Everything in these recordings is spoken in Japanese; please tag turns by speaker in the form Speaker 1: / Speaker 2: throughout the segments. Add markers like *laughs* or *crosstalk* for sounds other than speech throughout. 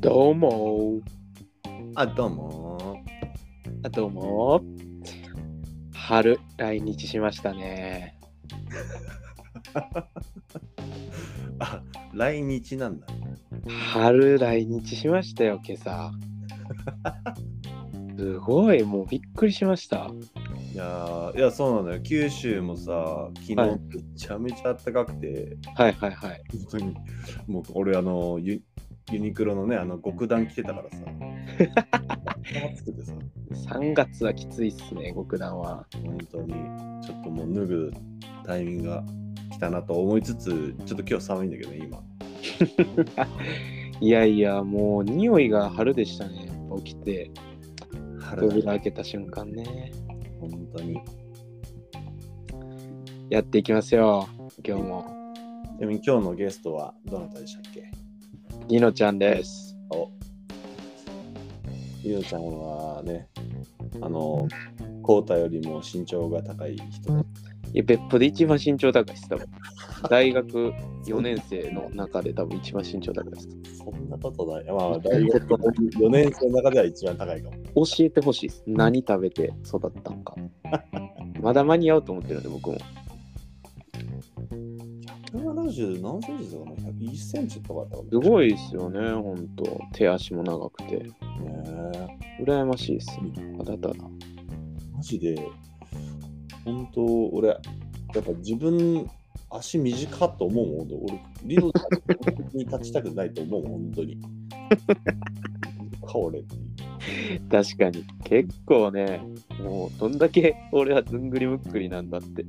Speaker 1: どうも
Speaker 2: あ、どうも *laughs*
Speaker 1: あどうも春来日しましたね
Speaker 2: ー。あ、来日なんだ。
Speaker 1: 春来日しましたよ今朝すごいもうびっくりしました
Speaker 2: いやー、いや、そうなんだよ。九州もさ、昨日
Speaker 1: は
Speaker 2: め
Speaker 1: い
Speaker 2: ちゃめちゃ暖かくて、
Speaker 1: はいはいはい
Speaker 2: 本当に、もう俺、あの、ユユニクロのね、あの、極暖着てたからさ。暑くてさ、
Speaker 1: 3月はきついっすね極段は
Speaker 2: 本当に、ちょっともう脱ぐタイミングが来たなと思いつつ、ちょっと今日寒いんだけどね、
Speaker 1: *laughs*
Speaker 2: 今。
Speaker 1: いやいやもう匂いが春でしたねやっぱ起きて
Speaker 2: 春だね
Speaker 1: 扉開けた瞬間ね
Speaker 2: 本当に。
Speaker 1: やっていきますよ今日も
Speaker 2: ちなみに今日のゲストはどなたでしたっけ
Speaker 1: りのちゃんです
Speaker 2: おゆうちゃんはね、あの、コータよりも身長が高い人。
Speaker 1: いや別府で一番身長高いです多分大学4年生の中で多分一番身長高いです。
Speaker 2: そんなことない。まあ、大学の4年生の中では一番高いかも。
Speaker 1: 教えてほしいです。何食べて育った
Speaker 2: *laughs*
Speaker 1: のか。まだ間に合うと思ってるんで、僕も。
Speaker 2: 170何センチとかな ?101 センチとかだったか
Speaker 1: すごいですよね、ほんと。手足も長くて。
Speaker 2: もね。
Speaker 1: 羨ましいです。ただただ。
Speaker 2: マジで、本当俺、やっぱ自分、足短っと思うもん、本当俺、リドさんに立ちたくないと思うもん、本当に。か、俺っていう。
Speaker 1: 確かに。結構ね、もうどんだけ *laughs* 俺はずんぐりむっくりなんだって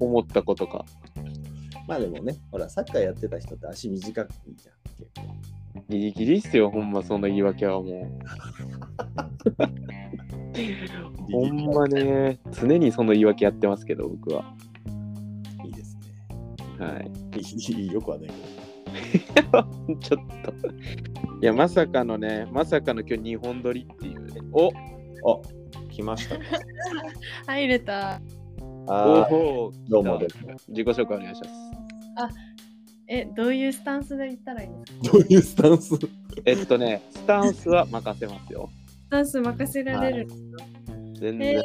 Speaker 1: 思ったことか。
Speaker 2: まあでもね、ほら、サッカーやってた人って足短くていいじゃん。結構
Speaker 1: ギリギリっすよ、ほんま、その言い訳はもう。ほんまね、常にその言い訳やってますけど、僕は。
Speaker 2: いいですね。
Speaker 1: はい。 *laughs*
Speaker 2: いいいいよくはないけど。
Speaker 1: ちょっと。いや、まさかのね、まさかの今日2本撮りっていうね。お
Speaker 2: あ来ま *laughs* した。
Speaker 3: 入れた。
Speaker 2: あー
Speaker 1: おお
Speaker 2: どうもです。
Speaker 1: 自己紹介お願いします。
Speaker 3: え、どういうスタンスで行ったらいいんです
Speaker 2: ど
Speaker 3: か
Speaker 2: ういうスタンス
Speaker 1: えっとね、スタンスは任せますよ。
Speaker 3: スタンス任せられる。
Speaker 1: 全然。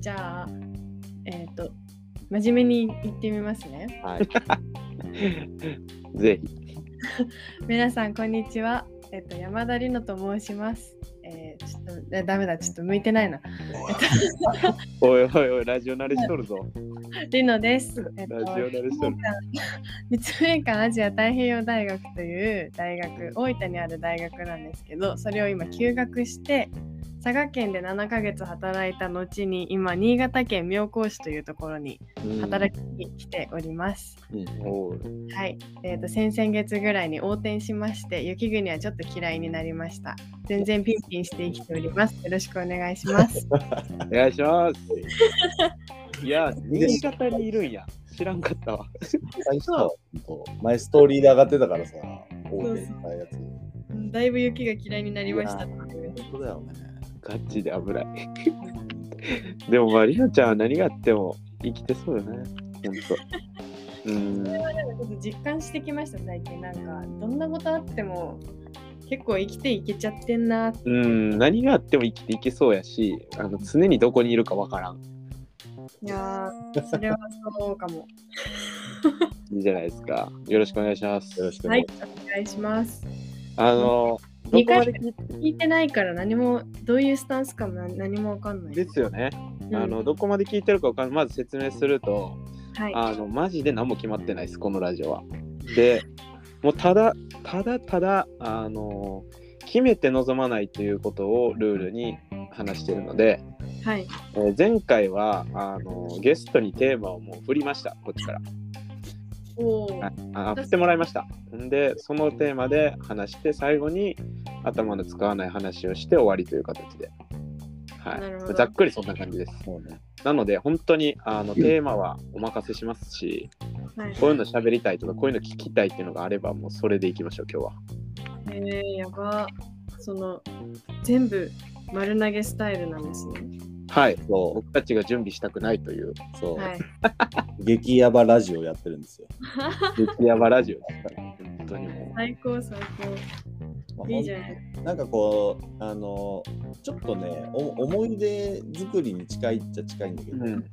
Speaker 3: じゃあ、えっ、と、真面目に行ってみますね。
Speaker 2: はい。
Speaker 1: ぜひ。
Speaker 3: 皆さん、こんにちは。えっ、と、山田里乃と申します。えー、ちょっと、えダメだ、ちょっと向いてないな。
Speaker 1: おいおいおい、ラジオ慣れしとるぞ。
Speaker 3: 里乃です。えっ、
Speaker 1: ラジオ慣れしとる。
Speaker 3: 立命館アジア太平洋大学という大学大分にある大学なんですけどそれを今休学して佐賀県で7ヶ月働いた後に今新潟県妙高市というところに働きに来ております。
Speaker 1: うんおう
Speaker 3: はい、えー、と先々月ぐらいに横転しまして雪国はちょっと嫌いになりました。全然ピンピンして生きております。よろしくお願いし
Speaker 1: *laughs*
Speaker 3: ます。
Speaker 1: お願いします。いや、新潟にいるんや。知らんかったわ。
Speaker 2: 最初は、本当前ストーリーで上がってたからさ、大手にたやつ。
Speaker 3: うんだいぶ雪が嫌いになりました。
Speaker 2: 本当だよね。
Speaker 1: ガチで危ない。でも、まあ、りのちゃんは何があっても生きてそうよね。ほんと。うん。
Speaker 3: ちょっと実感してきました最近なんかどんなことあっても結構生きていけちゃってんなって
Speaker 1: うん、何があっても生きていけそうやし、あの常にどこにいるかわからん。
Speaker 3: いやーそれはそう
Speaker 1: *laughs*
Speaker 3: かも
Speaker 1: いいじゃないですか。よろしくお願いします。
Speaker 2: よろしく
Speaker 3: はい
Speaker 2: ね。
Speaker 3: お願いします
Speaker 1: あの、ど
Speaker 3: 二
Speaker 1: こま
Speaker 3: 回
Speaker 1: で
Speaker 3: しか聞いてないから何もどういうスタンスかもな何もわかんない
Speaker 1: ですよね。
Speaker 3: うん
Speaker 1: あの、どこまで聞いてるかわからん。まず説明すると、
Speaker 3: はい
Speaker 1: あの、マジで何も決まってないです、このラジオは。
Speaker 3: *laughs*
Speaker 1: で、もうただ、ただただ、あの、決めて臨まないということをルールに話しているので、
Speaker 3: はい
Speaker 1: えー前回はあのゲストにテーマをもう振りました、こっちから。
Speaker 3: おー
Speaker 1: はいあ振ってもらいました。んで、そのテーマで話して、最後に頭の使わない話をして終わりという形で。は
Speaker 3: なるほ
Speaker 1: い、
Speaker 3: ど
Speaker 1: ざっくりそんな感じです。
Speaker 2: そうね。
Speaker 1: なので、本当にあのテーマはお任せしますし、
Speaker 3: はい
Speaker 1: こういうの喋りたいとか、こういうの聞きたいっていうのがあれば、もうそれでいきましょう、今日は。
Speaker 3: えー、やばその全部丸投げスタイルなんですね
Speaker 1: はい。
Speaker 2: そ
Speaker 1: 僕たちが準備したくないという、
Speaker 2: う、そう。
Speaker 3: はい
Speaker 2: 激ヤバラジオやってるんですよ。
Speaker 1: 激ヤバラジオですから、本当にも
Speaker 3: 最高最
Speaker 2: まあ
Speaker 3: 高いいじゃない
Speaker 2: なんかこうあのちょっとねお思い出作りに近いっちゃ近いんだけど、
Speaker 1: うん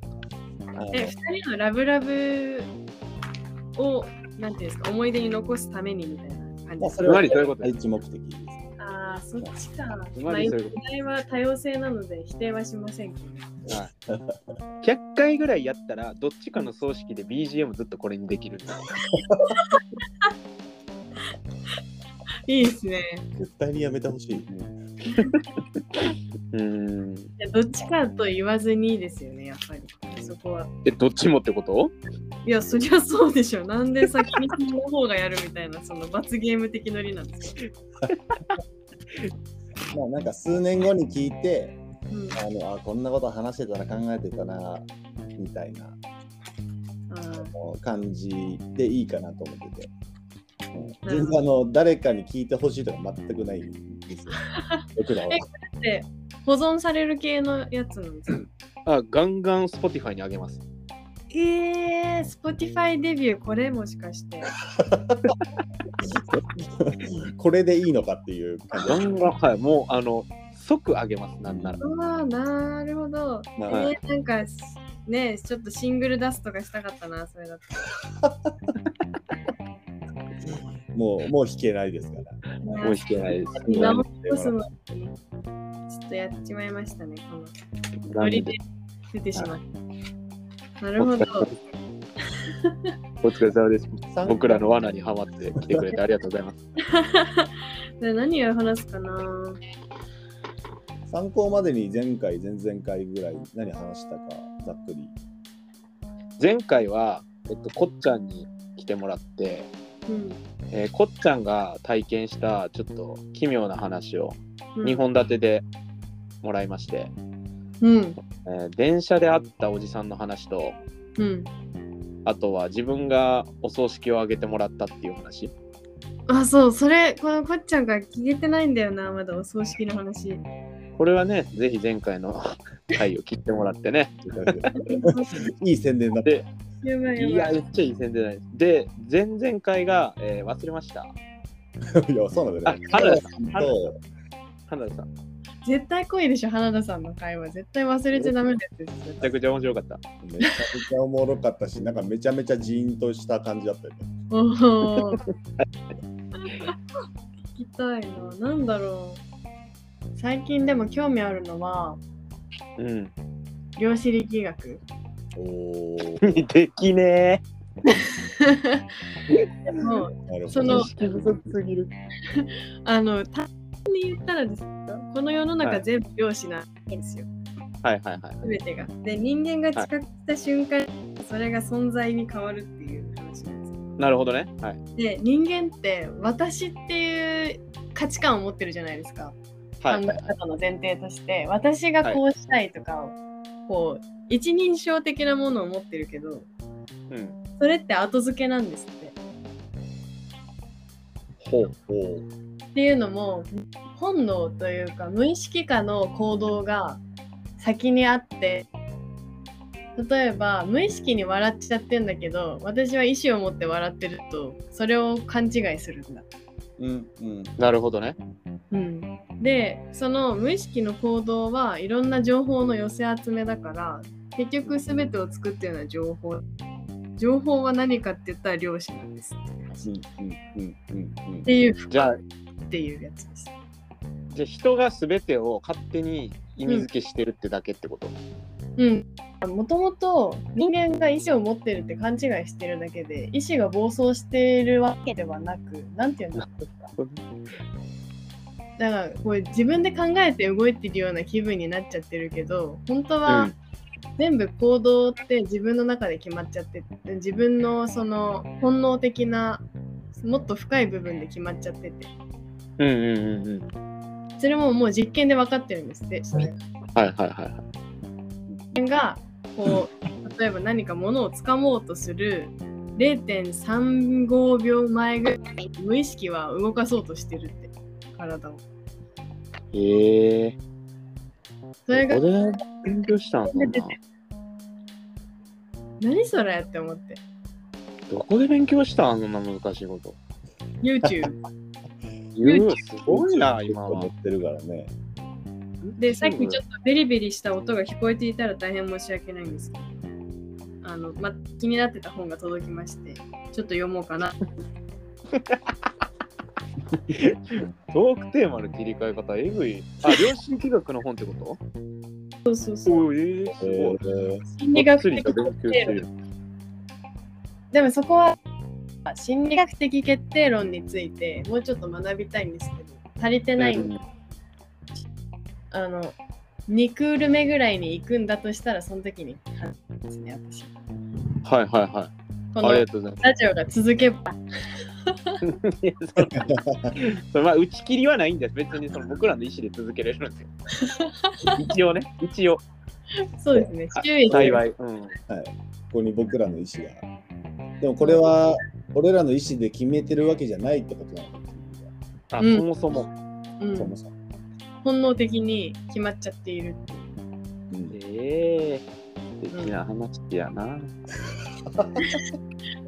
Speaker 2: あの
Speaker 3: え二人のラブラブをなんていうんですか思い出に残すためにみたいな感じ
Speaker 2: まあ
Speaker 3: で
Speaker 2: そ
Speaker 3: すか、
Speaker 1: つま
Speaker 2: れは
Speaker 1: りそういうこと
Speaker 2: 第一目的ですね。
Speaker 3: ああーそっちか
Speaker 1: つ
Speaker 3: ま
Speaker 1: ま
Speaker 3: あ
Speaker 1: り
Speaker 3: 今
Speaker 1: そういう
Speaker 3: 時
Speaker 1: こ
Speaker 3: 代は多様性なので否定はしませんけど
Speaker 1: と。はい100回ぐらいやったら、どっちかの葬式で BGM ずっとこれにできるんだ。
Speaker 3: いいですね
Speaker 2: 絶対にやめてほしい。
Speaker 1: うん。
Speaker 3: いやどっちかと言わずにですよねやっぱりそこは
Speaker 1: え、どっちもってこと
Speaker 3: いやそりゃそうでしょなんで先に君の方がやるみたいなその罰ゲーム的ノリなんですか、
Speaker 2: まあなんか数年後に聞いて、
Speaker 3: うん、あ
Speaker 2: あのあこんなこと話してたら考えてたなみたいな
Speaker 3: ー
Speaker 2: 感じでいいかなと思ってて、うん
Speaker 3: なるほど
Speaker 2: 全然あの誰かに聞いてほしいとか全くないん
Speaker 3: *laughs*
Speaker 2: ですよ僕らは *laughs*
Speaker 3: えで保存される系のやつなんですか
Speaker 1: あ、ガンガン Spotify にあげます。
Speaker 3: えー、Spotify デビューこれもしかして。
Speaker 2: これでいいのかっていう感じ
Speaker 1: ガンガン、はい、もう、あの、即あげます、なんなら。
Speaker 3: うわーなるほど。
Speaker 2: まあ
Speaker 1: は
Speaker 3: えーなんかすねちょっとシングル出すとかしたかったなそれだった
Speaker 2: もうもう弾けないですから
Speaker 3: ら。
Speaker 1: もう弾けないです。
Speaker 3: 今も残すのにちょっとやっちまいましたねこのノリで出てしまった。なるほど。
Speaker 1: お疲れ様です。
Speaker 2: 三
Speaker 1: 僕らの罠にはまって来てくれてありがとうございます。
Speaker 3: で何を話すかな。
Speaker 2: 参考までに前回前々回ぐらい何話したかざっくり
Speaker 1: 前回は、えっと、こっちゃんに来てもらって、
Speaker 3: うん。
Speaker 1: えーこっちゃんが体験したちょっと奇妙な話を
Speaker 3: うん
Speaker 1: 2。本立てでもらいまして、
Speaker 3: うん。
Speaker 1: えー電車で会ったおじさんの話と
Speaker 3: うん。
Speaker 1: あとは自分がお葬式を挙げてもらったっていう話
Speaker 3: あそうそれこのこっちゃんが聞けてないんだよなまだお葬式
Speaker 1: *laughs*
Speaker 3: の話。
Speaker 1: これはねぜひ前回の *laughs* 回を切ってもらってね
Speaker 3: *laughs*
Speaker 2: いい宣伝だった
Speaker 1: で
Speaker 3: やばい
Speaker 1: い
Speaker 3: やば
Speaker 1: や
Speaker 3: い。
Speaker 1: めっちゃいい宣伝だねで前々回が、えー忘れました
Speaker 2: いやそうなんだよ、ね、
Speaker 1: あ原田さ
Speaker 2: ん
Speaker 1: 原田さ
Speaker 2: と
Speaker 1: 花田さんめ
Speaker 3: 絶対濃いでしょ花田さんの会話絶対忘れちゃダメなやつです
Speaker 1: ちゃくちゃ面白かった
Speaker 2: めちゃくちゃおもろかったしなんかめちゃめちゃジーンとした感じだったよね
Speaker 3: おお。聞きたいな。なんだろう。最近でも興味あるのは
Speaker 1: うん *laughs*
Speaker 3: 量子力学。
Speaker 2: おー
Speaker 1: できね
Speaker 3: でも
Speaker 2: なるほど
Speaker 3: その
Speaker 1: え不足すぎる
Speaker 3: あの単純に言ったらですよこの世の中全部量子なんですよ。
Speaker 1: はいはいはい
Speaker 3: すべてが。で人間が知覚した瞬間、それが存在に変わるっていう話なんですよ。
Speaker 1: なるほどねはい
Speaker 3: で人間って私っていう価値観を持ってるじゃないですか。
Speaker 1: はい
Speaker 3: 考
Speaker 1: はい
Speaker 3: え方の前提として、私がこうしたいとかを、こう一人称的なものを持ってるけど
Speaker 1: うん
Speaker 3: それって後付けなんですって。
Speaker 1: ほう
Speaker 2: おー
Speaker 3: っていうのも本能というか無意識下の行動が先にあって例えば無意識に笑っちゃってんだけど私は意思を持って笑ってるとそれを勘違いするんだ。
Speaker 2: うんうん
Speaker 1: なるほどね
Speaker 3: うん、でその無意識の行動はいろんな情報の寄せ集めだから結局全てを作ってるのは情報情報は何かって言ったら量子なんですっ
Speaker 2: うんうんうんうん
Speaker 3: ていうっ
Speaker 1: じゃあ
Speaker 3: ていうやつです
Speaker 1: じゃあ人が全てを勝手に意味付けしてるってだけってこと、
Speaker 3: うんもともと人間が意思を持ってるって勘違いしてるだけで意思が暴走しているわけではなくなんていうんだろうだからこう自分で考えて動いてるような気分になっちゃってるけど本当は、
Speaker 1: うん
Speaker 3: 全部行動って自分の中で決まっちゃってて自分のその本能的なもっと深い部分で決まっちゃってて
Speaker 1: うんうんうんうん
Speaker 3: それももう実験で分かってるんですってそれ
Speaker 1: はいはいはいはい
Speaker 3: がこう例えば何か物をつかもうとする0.35秒前ぐらいに無意識は動かそうとしてるって体を
Speaker 1: へえ
Speaker 3: それが
Speaker 1: これ勉強したのそんな
Speaker 3: 何それって思って
Speaker 1: どこで勉強したのあんな難しいこと
Speaker 3: YouTube
Speaker 1: 言うすごいな、今は
Speaker 2: 持。ってるからね。
Speaker 3: でさっきちょっとベリベリした音が聞こえていたら大変申し訳ないんですけどあの、ま、気になってた本が届きましてちょっと読もうかな
Speaker 1: トークテーマの切り替え方、えぐい。あ、良心企画の本ってこと
Speaker 3: そうそうそう
Speaker 1: おえー、す
Speaker 2: え
Speaker 1: ごい。
Speaker 2: ー
Speaker 3: 心理
Speaker 1: がっ
Speaker 3: 学
Speaker 1: つり
Speaker 3: 的
Speaker 1: と勉強してる。
Speaker 3: でもそこは心理学的決定論についてもうちょっと学びたいんですけど足りてないんで、あの2クール目ぐらいに行くんだとしたらその時に話しますね私
Speaker 1: はいはいは
Speaker 3: こ
Speaker 1: い。あり
Speaker 3: の
Speaker 1: がとうござい
Speaker 3: ラジオが続けば
Speaker 1: ます。いやそれ *laughs* それまあ打ち切りはないんです。別にその僕らの意思で続けられるん
Speaker 3: *laughs*
Speaker 1: ですよ。一応ね、一応。
Speaker 3: そうですね
Speaker 1: あ
Speaker 3: 周囲
Speaker 1: 幸い。うん。
Speaker 2: ここに僕らの意思が。でもこれは俺らの意思で決めてるわけじゃないってことなのか
Speaker 1: あ、
Speaker 3: うん
Speaker 1: そもそも。
Speaker 3: う
Speaker 2: そ
Speaker 3: ん
Speaker 2: も、そも。
Speaker 3: 本能的に決まっちゃっているっていう
Speaker 2: うん
Speaker 1: ええー、素敵な話やな。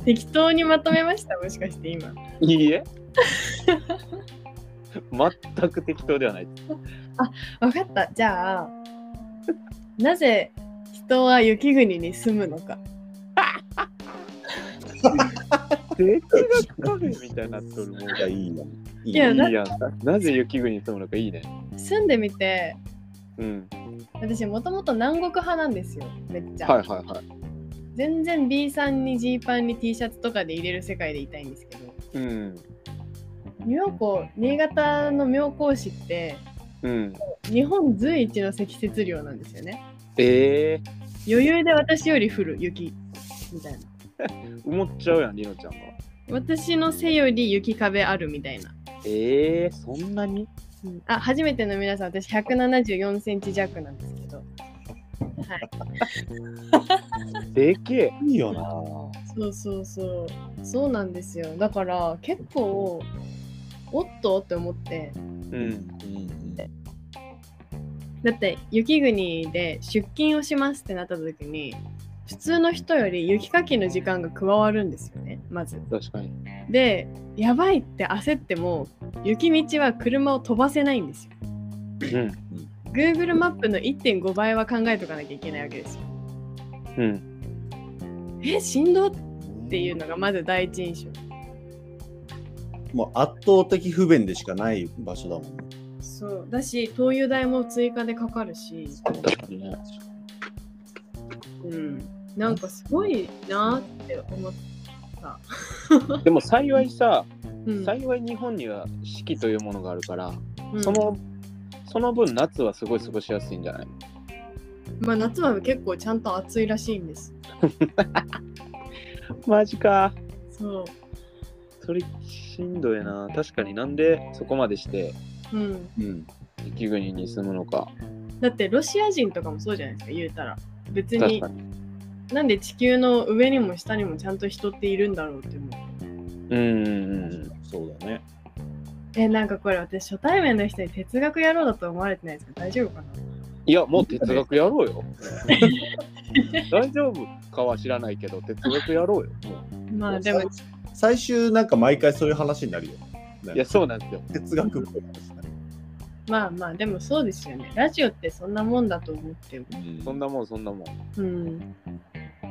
Speaker 3: 適当にまとめましたもしかして今
Speaker 1: いい
Speaker 3: *laughs*
Speaker 1: え。全く適当ではない。
Speaker 3: わかったじゃあなぜ人は雪国に住むのか
Speaker 1: 哲学カフェみたいになっとるもん。
Speaker 2: いやいいな。いい
Speaker 3: いや
Speaker 1: いいやん。なぜ雪国に住むのかいいね。
Speaker 3: 住んでみて
Speaker 1: うん。
Speaker 3: 私もともと南国派なんですよめっちゃ、
Speaker 1: はいはいはい。
Speaker 3: 全然 B さんにジーパンに T シャツとかで入れる世界でいたいんですけど
Speaker 1: うん。
Speaker 3: 妙高新潟の妙高市って
Speaker 1: うん。
Speaker 3: 日本随一の積雪量なんですよね
Speaker 1: ええ
Speaker 3: 余裕で私より降る雪みたいな
Speaker 1: ー、思っちゃうやん、りのちゃんが。
Speaker 3: 私の背より雪壁あるみたいな、
Speaker 1: ええー、そんなに
Speaker 3: あ初めての皆さん私1 7 4センチ弱なんですけど
Speaker 1: でけえ。
Speaker 2: いいよな。
Speaker 3: そうそうそうそうなんですよだから結構おっとって思って
Speaker 1: うん。
Speaker 2: うん
Speaker 3: だって雪国で出勤をしますってなった時に普通の人より雪かきの時間が加わるんですよねまず。
Speaker 1: 確かに。
Speaker 3: でやばいって焦っても雪道は車を飛ばせないんですよ。
Speaker 1: うん。
Speaker 3: Google マップの1.5倍は考えとかなきゃいけないわけですよ。
Speaker 1: うん。
Speaker 3: え振動っ
Speaker 2: うん
Speaker 3: ていうのがまず第一印象。
Speaker 2: もう圧倒的不便でしかない場所だもんね。
Speaker 3: そうだし灯油代も追加でかかるし、
Speaker 1: 確かにね。
Speaker 3: うん、なんかすごいなって思っ
Speaker 1: *laughs*
Speaker 3: て。
Speaker 1: でも幸いさ、
Speaker 3: うん
Speaker 1: 幸い日本には四季というものがあるから、
Speaker 3: うん
Speaker 1: その、その分夏はすごい過ごしやすいんじゃない
Speaker 3: まあ、夏は結構ちゃんと暑いらしいんです。
Speaker 1: マジか。
Speaker 3: そう
Speaker 1: それしんどいな。確かになんでそこまでして
Speaker 3: うん、
Speaker 2: うん。
Speaker 1: 雪国に住むのか。
Speaker 3: だってロシア人とかもそうじゃないですか言うたら別
Speaker 1: 確
Speaker 3: に
Speaker 1: かに。
Speaker 3: なんで地球の上にも下にもちゃんと人っているんだろうって思
Speaker 1: うん
Speaker 3: う
Speaker 1: うんうん。
Speaker 2: そうだね。
Speaker 3: えなんかこれ私初対面の人に哲学野郎だと思われてないですか大丈夫かない
Speaker 1: や、もう哲学やろうよ。 *laughs* 大丈夫かは知らないけど、哲学や *laughs* ろうよ。も
Speaker 3: まあでも
Speaker 2: 最終なんか毎回そういう話になるよね。
Speaker 1: ういや、そうなんですよ。
Speaker 2: 哲学っぽい話だね。
Speaker 3: まあまあでもそうですよねラジオってそんなもんだと思って
Speaker 1: そんなもん、そんなもん。
Speaker 3: うん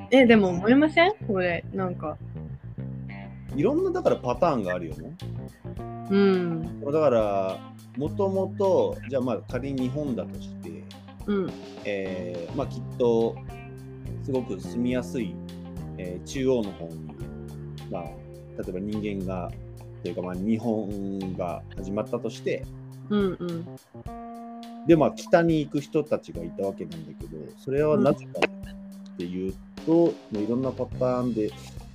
Speaker 3: えでも思いませんこれなんか
Speaker 2: いろんなだからパターンがあるよね。
Speaker 3: うん
Speaker 2: だからもともとじゃあまあ仮に日本だとして、
Speaker 3: うん
Speaker 2: えーまあ、きっとすごく住みやすい、えー中央の方に、まあ、例えば人間がというかまあ日本が始まったとして
Speaker 3: うんうん
Speaker 2: でまあ北に行く人たちがいたわけなんだけどそれはなぜかっていうと、まあいろんなパターンで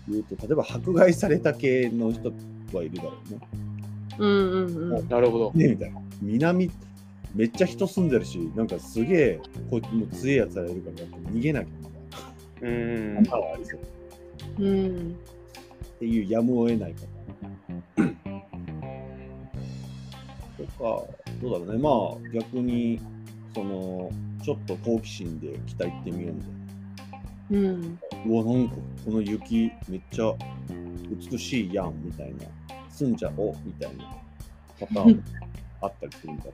Speaker 2: 言うと例えば迫害された系の人はいるだろうね。
Speaker 3: うんうんうん
Speaker 1: なるほど。
Speaker 2: ねみたいな。南、めっちゃ人住んでるし、なんかすげえ、こいつもう強いやつらいるから、なんか逃げなきゃみたいな。
Speaker 1: うん。
Speaker 2: パワーありそう
Speaker 3: うん
Speaker 2: っていうやむを得ない方。とか、どうだろうね。まあ、逆に、その、ちょっと好奇心で北行ってみようみたいな。
Speaker 3: うん
Speaker 2: うわ、なんかこの雪、めっちゃ美しいやんみたいな。住んじゃおうみたいなパターンもあったりするんだろ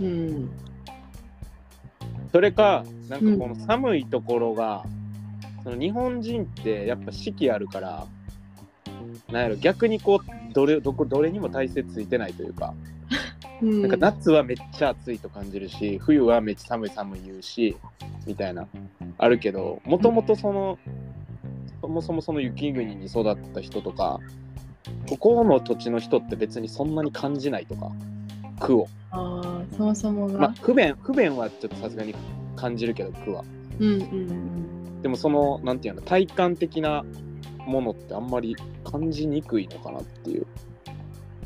Speaker 2: う。
Speaker 3: うん。
Speaker 1: それか、なんかこの寒いところが、その日本人ってやっぱ四季あるから、なんやろ、逆にこう、どれどこどれにも体勢ついてないというか、
Speaker 3: うん、
Speaker 1: なんか夏はめっちゃ暑いと感じるし、冬はめっちゃ寒い寒い言うし、みたいな、あるけど、もともとその、そもそもその雪国に育った人とか、ここの土地の人って別にそんなに感じないとか、苦を。
Speaker 3: ああ、そもそもが。
Speaker 1: まあ、不便、不便はちょっとさすがに感じるけど、苦は。
Speaker 3: うんうん
Speaker 1: でもその、なんていうの、体感的なものってあんまり感じにくいのかなっていう。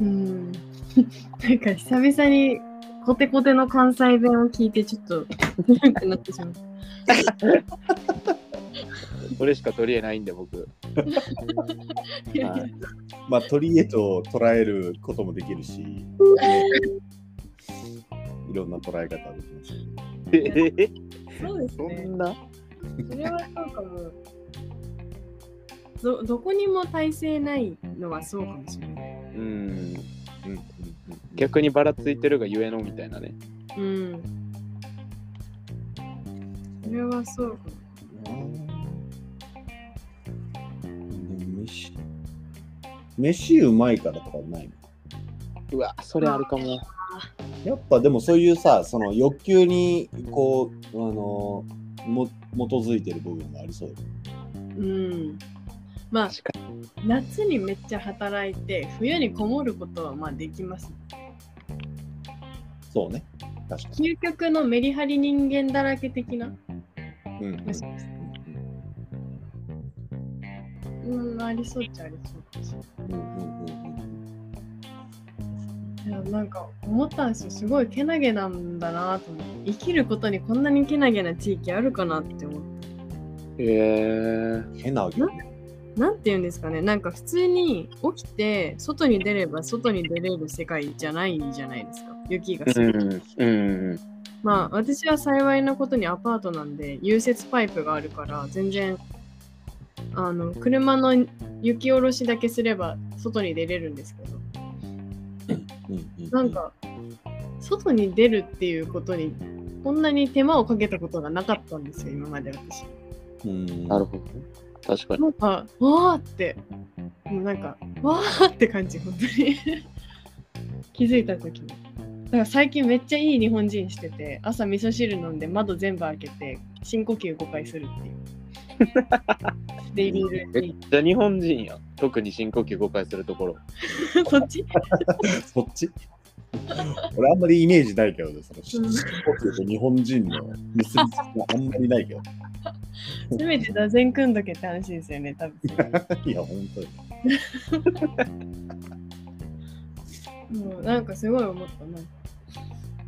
Speaker 3: うん。うん。なんか久々にコテコテの関西弁を聞いてちょっと強くなってしまった。
Speaker 1: それしか取り柄ないんで、僕。はい
Speaker 2: まあ、取り柄と捉えることもできるし、いろんな捉え方ができますよね。
Speaker 1: ええ
Speaker 3: *laughs* そうです
Speaker 1: そ
Speaker 3: ね。
Speaker 1: んな
Speaker 3: それはそうかも。どどこにも体制ないのはそうかもしれない。
Speaker 1: うん。
Speaker 2: うんうん
Speaker 1: 逆にばらついてるがゆえのみたいなね。
Speaker 3: うん。それはそうかも。
Speaker 2: うんでも飯飯うまいからとかないの
Speaker 1: うわ、それあるかも。
Speaker 2: やっぱでもそういうさその欲求にこうあのも基づいてる部分がありそうだよね
Speaker 3: うん。まあ
Speaker 1: 確か
Speaker 3: 夏にめっちゃ働いて冬にこもることはまあできます。
Speaker 2: そうね確か
Speaker 3: 究極のメリハリ人間だらけ的な。
Speaker 2: に、うん
Speaker 3: もしかしうん、ありそうっちゃありそうです。
Speaker 2: うんうんうん
Speaker 3: いやなんか思ったんですよすごいけなげなんだなと思って生きることにこんなにけなげな地域あるかなって思って
Speaker 1: に。へえ。
Speaker 2: うん変なわけよね
Speaker 3: なんて言うんですかねなんか普通に起きて外に出れば外に出れる世界じゃないじゃないですか雪がす
Speaker 1: う
Speaker 3: ごい、
Speaker 1: ん。うん。
Speaker 3: まあ私は幸いなことにアパートなんで融雪パイプがあるから全然あの車の雪下ろしだけすれば外に出れるんですけど
Speaker 2: うう
Speaker 3: なんか外に出るっていうことにこんなに手間をかけたことがなかったんですよ今まで私。
Speaker 2: うん
Speaker 1: なるほどね。確かに。
Speaker 3: なんかわーってもうなんかわーって感じ本当に気づいた時に。だから最近めっちゃいい日本人してて朝味噌汁飲んで窓全部開けて深呼吸5回するっていう。デイリールーテ
Speaker 1: めっちゃ日本人やん。特に深呼吸5回するところ。
Speaker 3: ィンそっち
Speaker 2: *laughs* そっち俺あんまりイメージないけどね、その
Speaker 3: うん
Speaker 2: 四国と日本人の結びつきがあんまりないけど。 *laughs*
Speaker 3: せめて座禅組んどけって話ですよね多分。
Speaker 2: いや、本当に。
Speaker 3: もうなんかすごい思ったなんか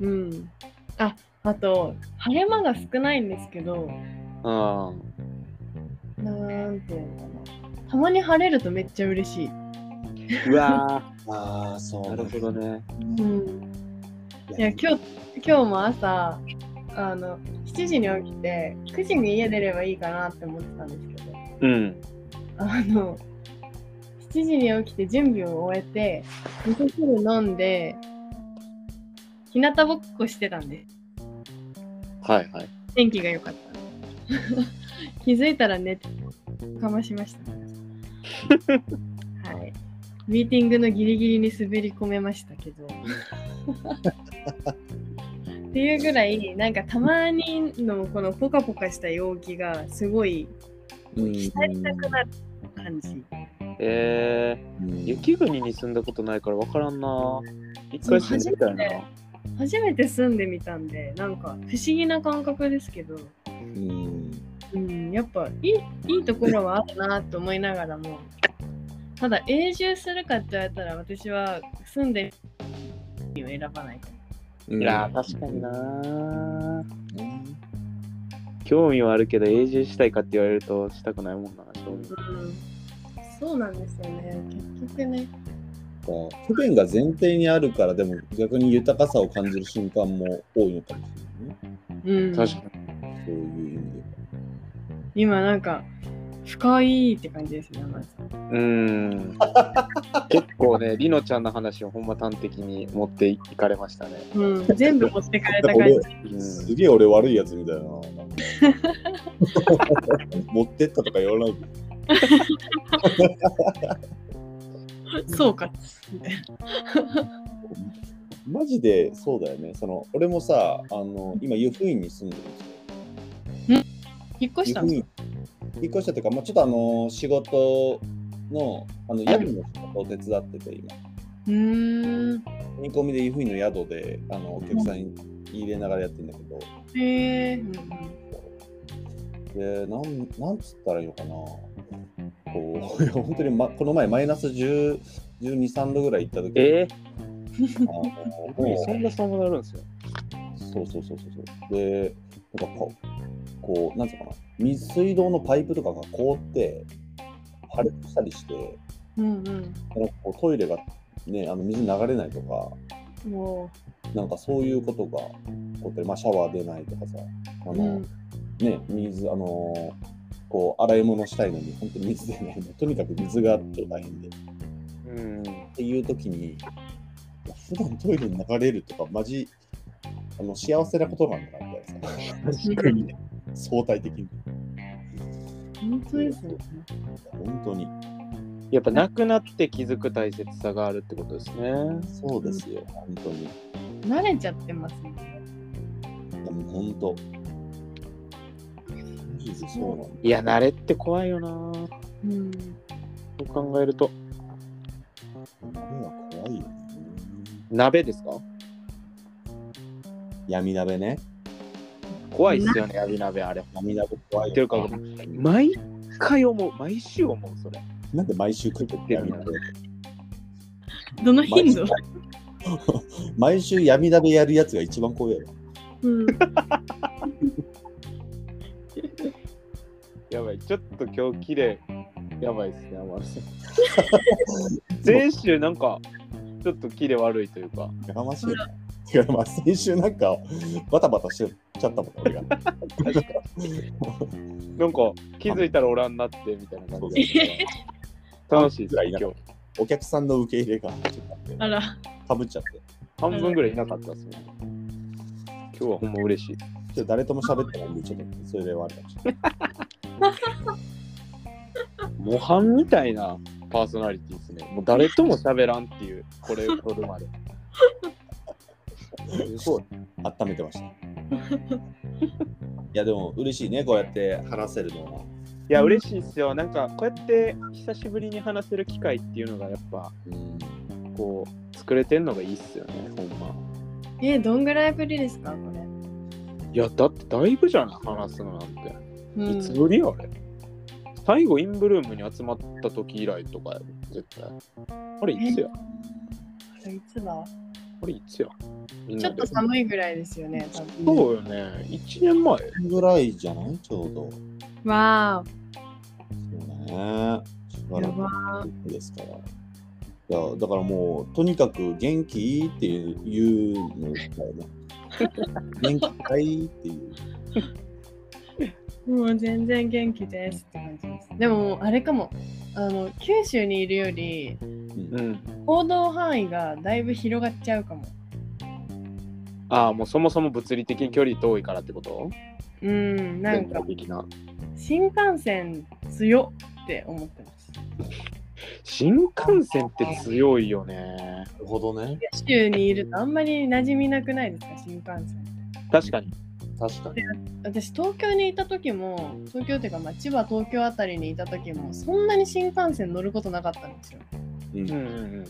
Speaker 3: うんああと晴れ間が少ないんですけど
Speaker 1: あ
Speaker 3: なんていうのかなたまに晴れるとめっちゃ嬉しい、
Speaker 1: あ。うわ
Speaker 2: ああ、そう
Speaker 1: ー。なるほど。ね。
Speaker 3: うん、いや今日今日も朝あの7時に起きて9時に家出ればいいかなって思ってたんですけど
Speaker 1: うん。
Speaker 3: あの7時に起きて準備を終えて味噌汁飲んで日向ぼっこしてたんです
Speaker 1: はいはい。
Speaker 3: 天気が良かった。気づいた *laughs* ら寝てかましました。はい。ミーティングのギリギリに滑り込めましたけど。っていうぐらい、なんかたまにのこのポカポカした陽気がすごい浸りたくなる感じ。
Speaker 1: えー、雪国に住んだことないから分からんな。一回住んでみたいな。
Speaker 3: 初めて住んでみたんで、なんか不思議な感覚ですけど、うん、やっぱいいいいところはあるなと思いながらもただ永住するかって言われたら私は住んでるを選ばないかも
Speaker 2: い
Speaker 1: いやー、確かに。な。興味はあるけど、永住したいかって言われるとしたくないもんな、正直。
Speaker 3: うん、そうなんですよね結局ね
Speaker 2: こう不便が前提にあるから、でも逆に豊かさを感じる瞬間も多いのかもしれないね。
Speaker 3: うん
Speaker 1: 確かに。
Speaker 2: そういう意味では。
Speaker 3: 今なんか深いって感じですね、山田さん。
Speaker 1: うーん結構ね、りのちゃんの話をほんま端的に持っていかれましたね。
Speaker 3: うん、全部持ってかれた感じ。
Speaker 1: うん
Speaker 2: すげえ俺悪いや
Speaker 1: *laughs*
Speaker 2: つみたいな。なんか持ってったとか言わない。
Speaker 3: そうか。
Speaker 2: マジでそうだよね。その俺もさ、あの今、湯布院に住んでるんですよ。
Speaker 3: 引っ越したんですか
Speaker 2: 引っ越したというか、まあ、ちょっとあの仕事のあの宿の仕事を手伝ってて今
Speaker 3: うーん。
Speaker 2: 見込みで湯布院の宿であのお客さんに入れながらやってるんだけど
Speaker 3: へえ。
Speaker 2: でなんなんつったらいいのかなこういや *laughs* 本当に、ま、この前マイナス1 2 3度ぐらい行った時
Speaker 1: え
Speaker 2: あの
Speaker 3: *laughs*
Speaker 1: ー、
Speaker 2: もう
Speaker 1: そんな寒なるんですよ。
Speaker 2: そうそうそうそうそうでなんかこうこうなんつうのかな水水道のパイプとかが凍って破裂したりして
Speaker 3: うんうん
Speaker 2: なんかこうトイレがねあの水流れないとか
Speaker 3: うん。も
Speaker 2: なんかそういうことが起こってる、まあ、シャワー出ないとかさ、あ
Speaker 3: う。
Speaker 2: の
Speaker 3: うん
Speaker 2: ね、水、あのこう洗い物したいのに、本当に水出ないの、 *laughs* とにかく水があって大変で。っ
Speaker 1: うん。
Speaker 2: ていう時に、普段トイレに流れるとか、マジあの幸せなことなんだなみたいな
Speaker 3: *laughs*
Speaker 2: さ、
Speaker 3: 確
Speaker 2: かにね相対的に。
Speaker 3: 本当ですね。
Speaker 2: 本当に。
Speaker 1: やっぱなくなって気づく大切さがあるってことですね。
Speaker 2: そうですよ、本当に。
Speaker 3: 慣れちゃってますね。
Speaker 2: でも本当。マジでそうなんだ。
Speaker 1: いや、慣れって怖いよな。
Speaker 3: うん。
Speaker 1: そう考えると。
Speaker 2: 鍋は怖いよね。
Speaker 1: 鍋ですか
Speaker 2: 闇鍋ね。
Speaker 1: 怖いっすよね、闇鍋あれ。
Speaker 2: 闇鍋怖いよね。
Speaker 1: っていうか毎回思う、毎週思う、それ。
Speaker 2: なんで毎週来るって闇鍋
Speaker 3: どの頻度
Speaker 2: 毎週闇鍋やるやつが一番怖いやろ。
Speaker 3: うん。
Speaker 1: やばい、ちょっと今日綺麗。やばいっすね、山田さん。 *laughs* 前週なんか、ちょっと綺麗悪いというか。
Speaker 2: やかましいな。てかまあ先週なんかバタバタしちゃったもん、俺 *laughs* が。
Speaker 1: なんか気づいたらおらんなってみたいな感じで。楽しいですね、今日。
Speaker 2: お客さんの受け入れがちょっ
Speaker 3: あら。
Speaker 2: とかぶっちゃって。
Speaker 1: 半分ぐらいいなかったですね。今日はほんま嬉しい。
Speaker 2: ちょっと誰とも喋ってないんで、ちょっとそれではあるかもしれない。
Speaker 1: 模範みたいなパーソナリティですね。もう誰とも喋らんっていう、これを取るまで。
Speaker 2: すごい。温めてました。いや、でも嬉しいね、こうやって話せるのは。
Speaker 1: いや、嬉しいですよ。なんかこうやって久しぶりに話せる機会っていうのがやっぱ
Speaker 2: うん
Speaker 1: こう作れてんのがいいっすよね、ほんま。
Speaker 3: え、どんぐらいぶりですかこれ。
Speaker 1: いや、だってだいぶじゃない、話すのなんて。
Speaker 3: う
Speaker 1: いつぶりよ、あれ。最後、インブルームに集まった時以来とかやろ、絶対。あれ、いつや
Speaker 3: えいつだ
Speaker 1: これいつやみん
Speaker 3: ち
Speaker 1: な
Speaker 3: ょっ
Speaker 1: で
Speaker 3: と寒いぐらいですよね、多分。
Speaker 1: そうよね。1年前。
Speaker 2: ぐらいじゃないちょうど。
Speaker 3: わ
Speaker 2: そうだね。しば
Speaker 3: ー、
Speaker 2: ら
Speaker 3: や
Speaker 2: く
Speaker 3: ば
Speaker 2: ですから。いやだからもうとにかく元気いいっていうのだよね。元気かいっていう。
Speaker 3: ー。もう全然元気ですって感じです。でももうあれかも。あの九州にいるより
Speaker 2: うん
Speaker 1: うん。
Speaker 3: 行動範囲がだいぶ広がっちゃうかも。
Speaker 1: ああ、もうそもそも物理的に距離遠いからってこと
Speaker 3: うん、なんか
Speaker 1: 全体的な。
Speaker 3: 新幹線強って思ってます。
Speaker 1: 新幹線って強いよね。
Speaker 2: なるほどね。
Speaker 3: 九州にいるとあんまり馴染みなくないですか、新幹線。
Speaker 1: 確かに。
Speaker 2: 確かに。
Speaker 3: 私東京にいた時も東京っていうか、まあ、千葉東京あたりにいた時もそんなに新幹線乗ることなかったんですよ
Speaker 2: うん
Speaker 1: うんうん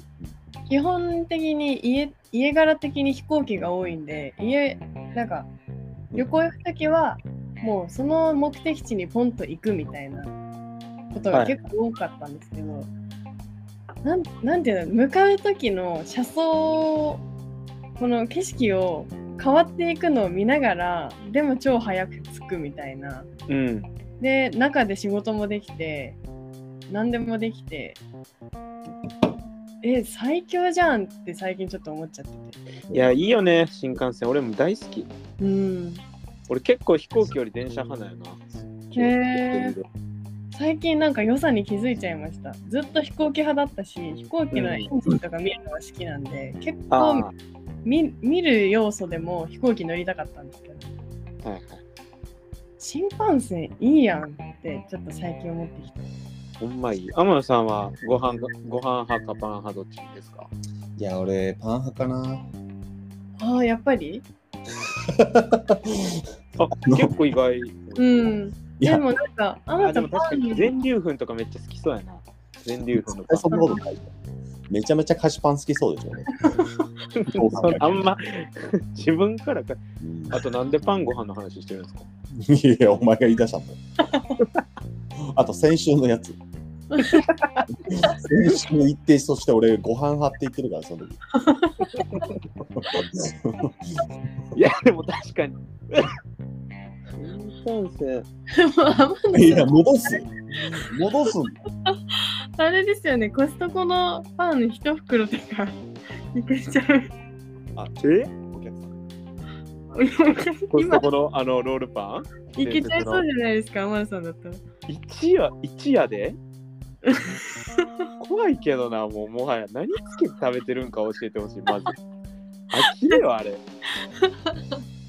Speaker 3: 基本的に家家柄的に飛行機が多いんで家なんか旅行行く時はもうその目的地にポンと行くみたいなことが結構多かったんですけど、なんなんていうの向かう時の車窓この景色を変わっていくのを見ながらでも超早く着くみたいな。
Speaker 1: うん。うん。
Speaker 3: で中で仕事もできて何でもできてえ最強じゃんって最近ちょっと思っちゃってて
Speaker 1: いや、いいよね、新幹線。俺も大好き。
Speaker 3: うん
Speaker 1: 俺結構飛行機より電車派だよな。
Speaker 3: へえ最近なんか良さに気づいちゃいましたずっと飛行機派だったし飛行機のエンジンとか見るのが好きなんで、結構
Speaker 1: あ
Speaker 3: 見見る要素でも飛行機乗りたかったんですけど
Speaker 1: ーはいはい。
Speaker 3: 新幹線いいやんってちょっと最近思ってきた
Speaker 1: ほんまいい。天野さんはご飯がご飯派かパン派どっちですか
Speaker 2: いや、俺、パン派かな。
Speaker 3: あーやっぱり
Speaker 1: あ
Speaker 2: の
Speaker 1: 結構意外。
Speaker 3: うん
Speaker 2: い
Speaker 3: で
Speaker 2: や、
Speaker 3: もなんかあな
Speaker 1: あ、
Speaker 3: た
Speaker 1: でも確
Speaker 3: パ
Speaker 1: か
Speaker 3: ン
Speaker 1: に
Speaker 3: に
Speaker 1: 全粒粉とかめっちゃ好きそうやな。全粒粉のパン
Speaker 2: そんなことない。めちゃめちゃ菓子パン好きそうでしょ、ね。そう
Speaker 1: そ *laughs* んあんま *laughs* 自分からか。
Speaker 2: うん
Speaker 1: あとなんでパンご飯の話してるんですか
Speaker 2: い *laughs* や、お前が言い出したんだよ。あと、先週のやつ。先週の一定として俺、ご飯派って言ってるから、その時。
Speaker 1: いや、でも確かに。新幹線。
Speaker 3: もう
Speaker 2: いや、戻す。戻す。
Speaker 3: あれですよねコストコのパン一袋と
Speaker 1: *laughs*
Speaker 3: かいけちゃう
Speaker 2: あ、
Speaker 1: え
Speaker 2: お客さん。
Speaker 1: コス
Speaker 3: 今
Speaker 1: トコのあのロールパ
Speaker 3: いけちゃいそうじゃないですか天野さんだったら
Speaker 1: ン一夜、一夜
Speaker 3: *laughs*
Speaker 1: で怖いけどな、もうもはや何つけて食べてるんか教えてほしい、まず。飽きれよ、あれ。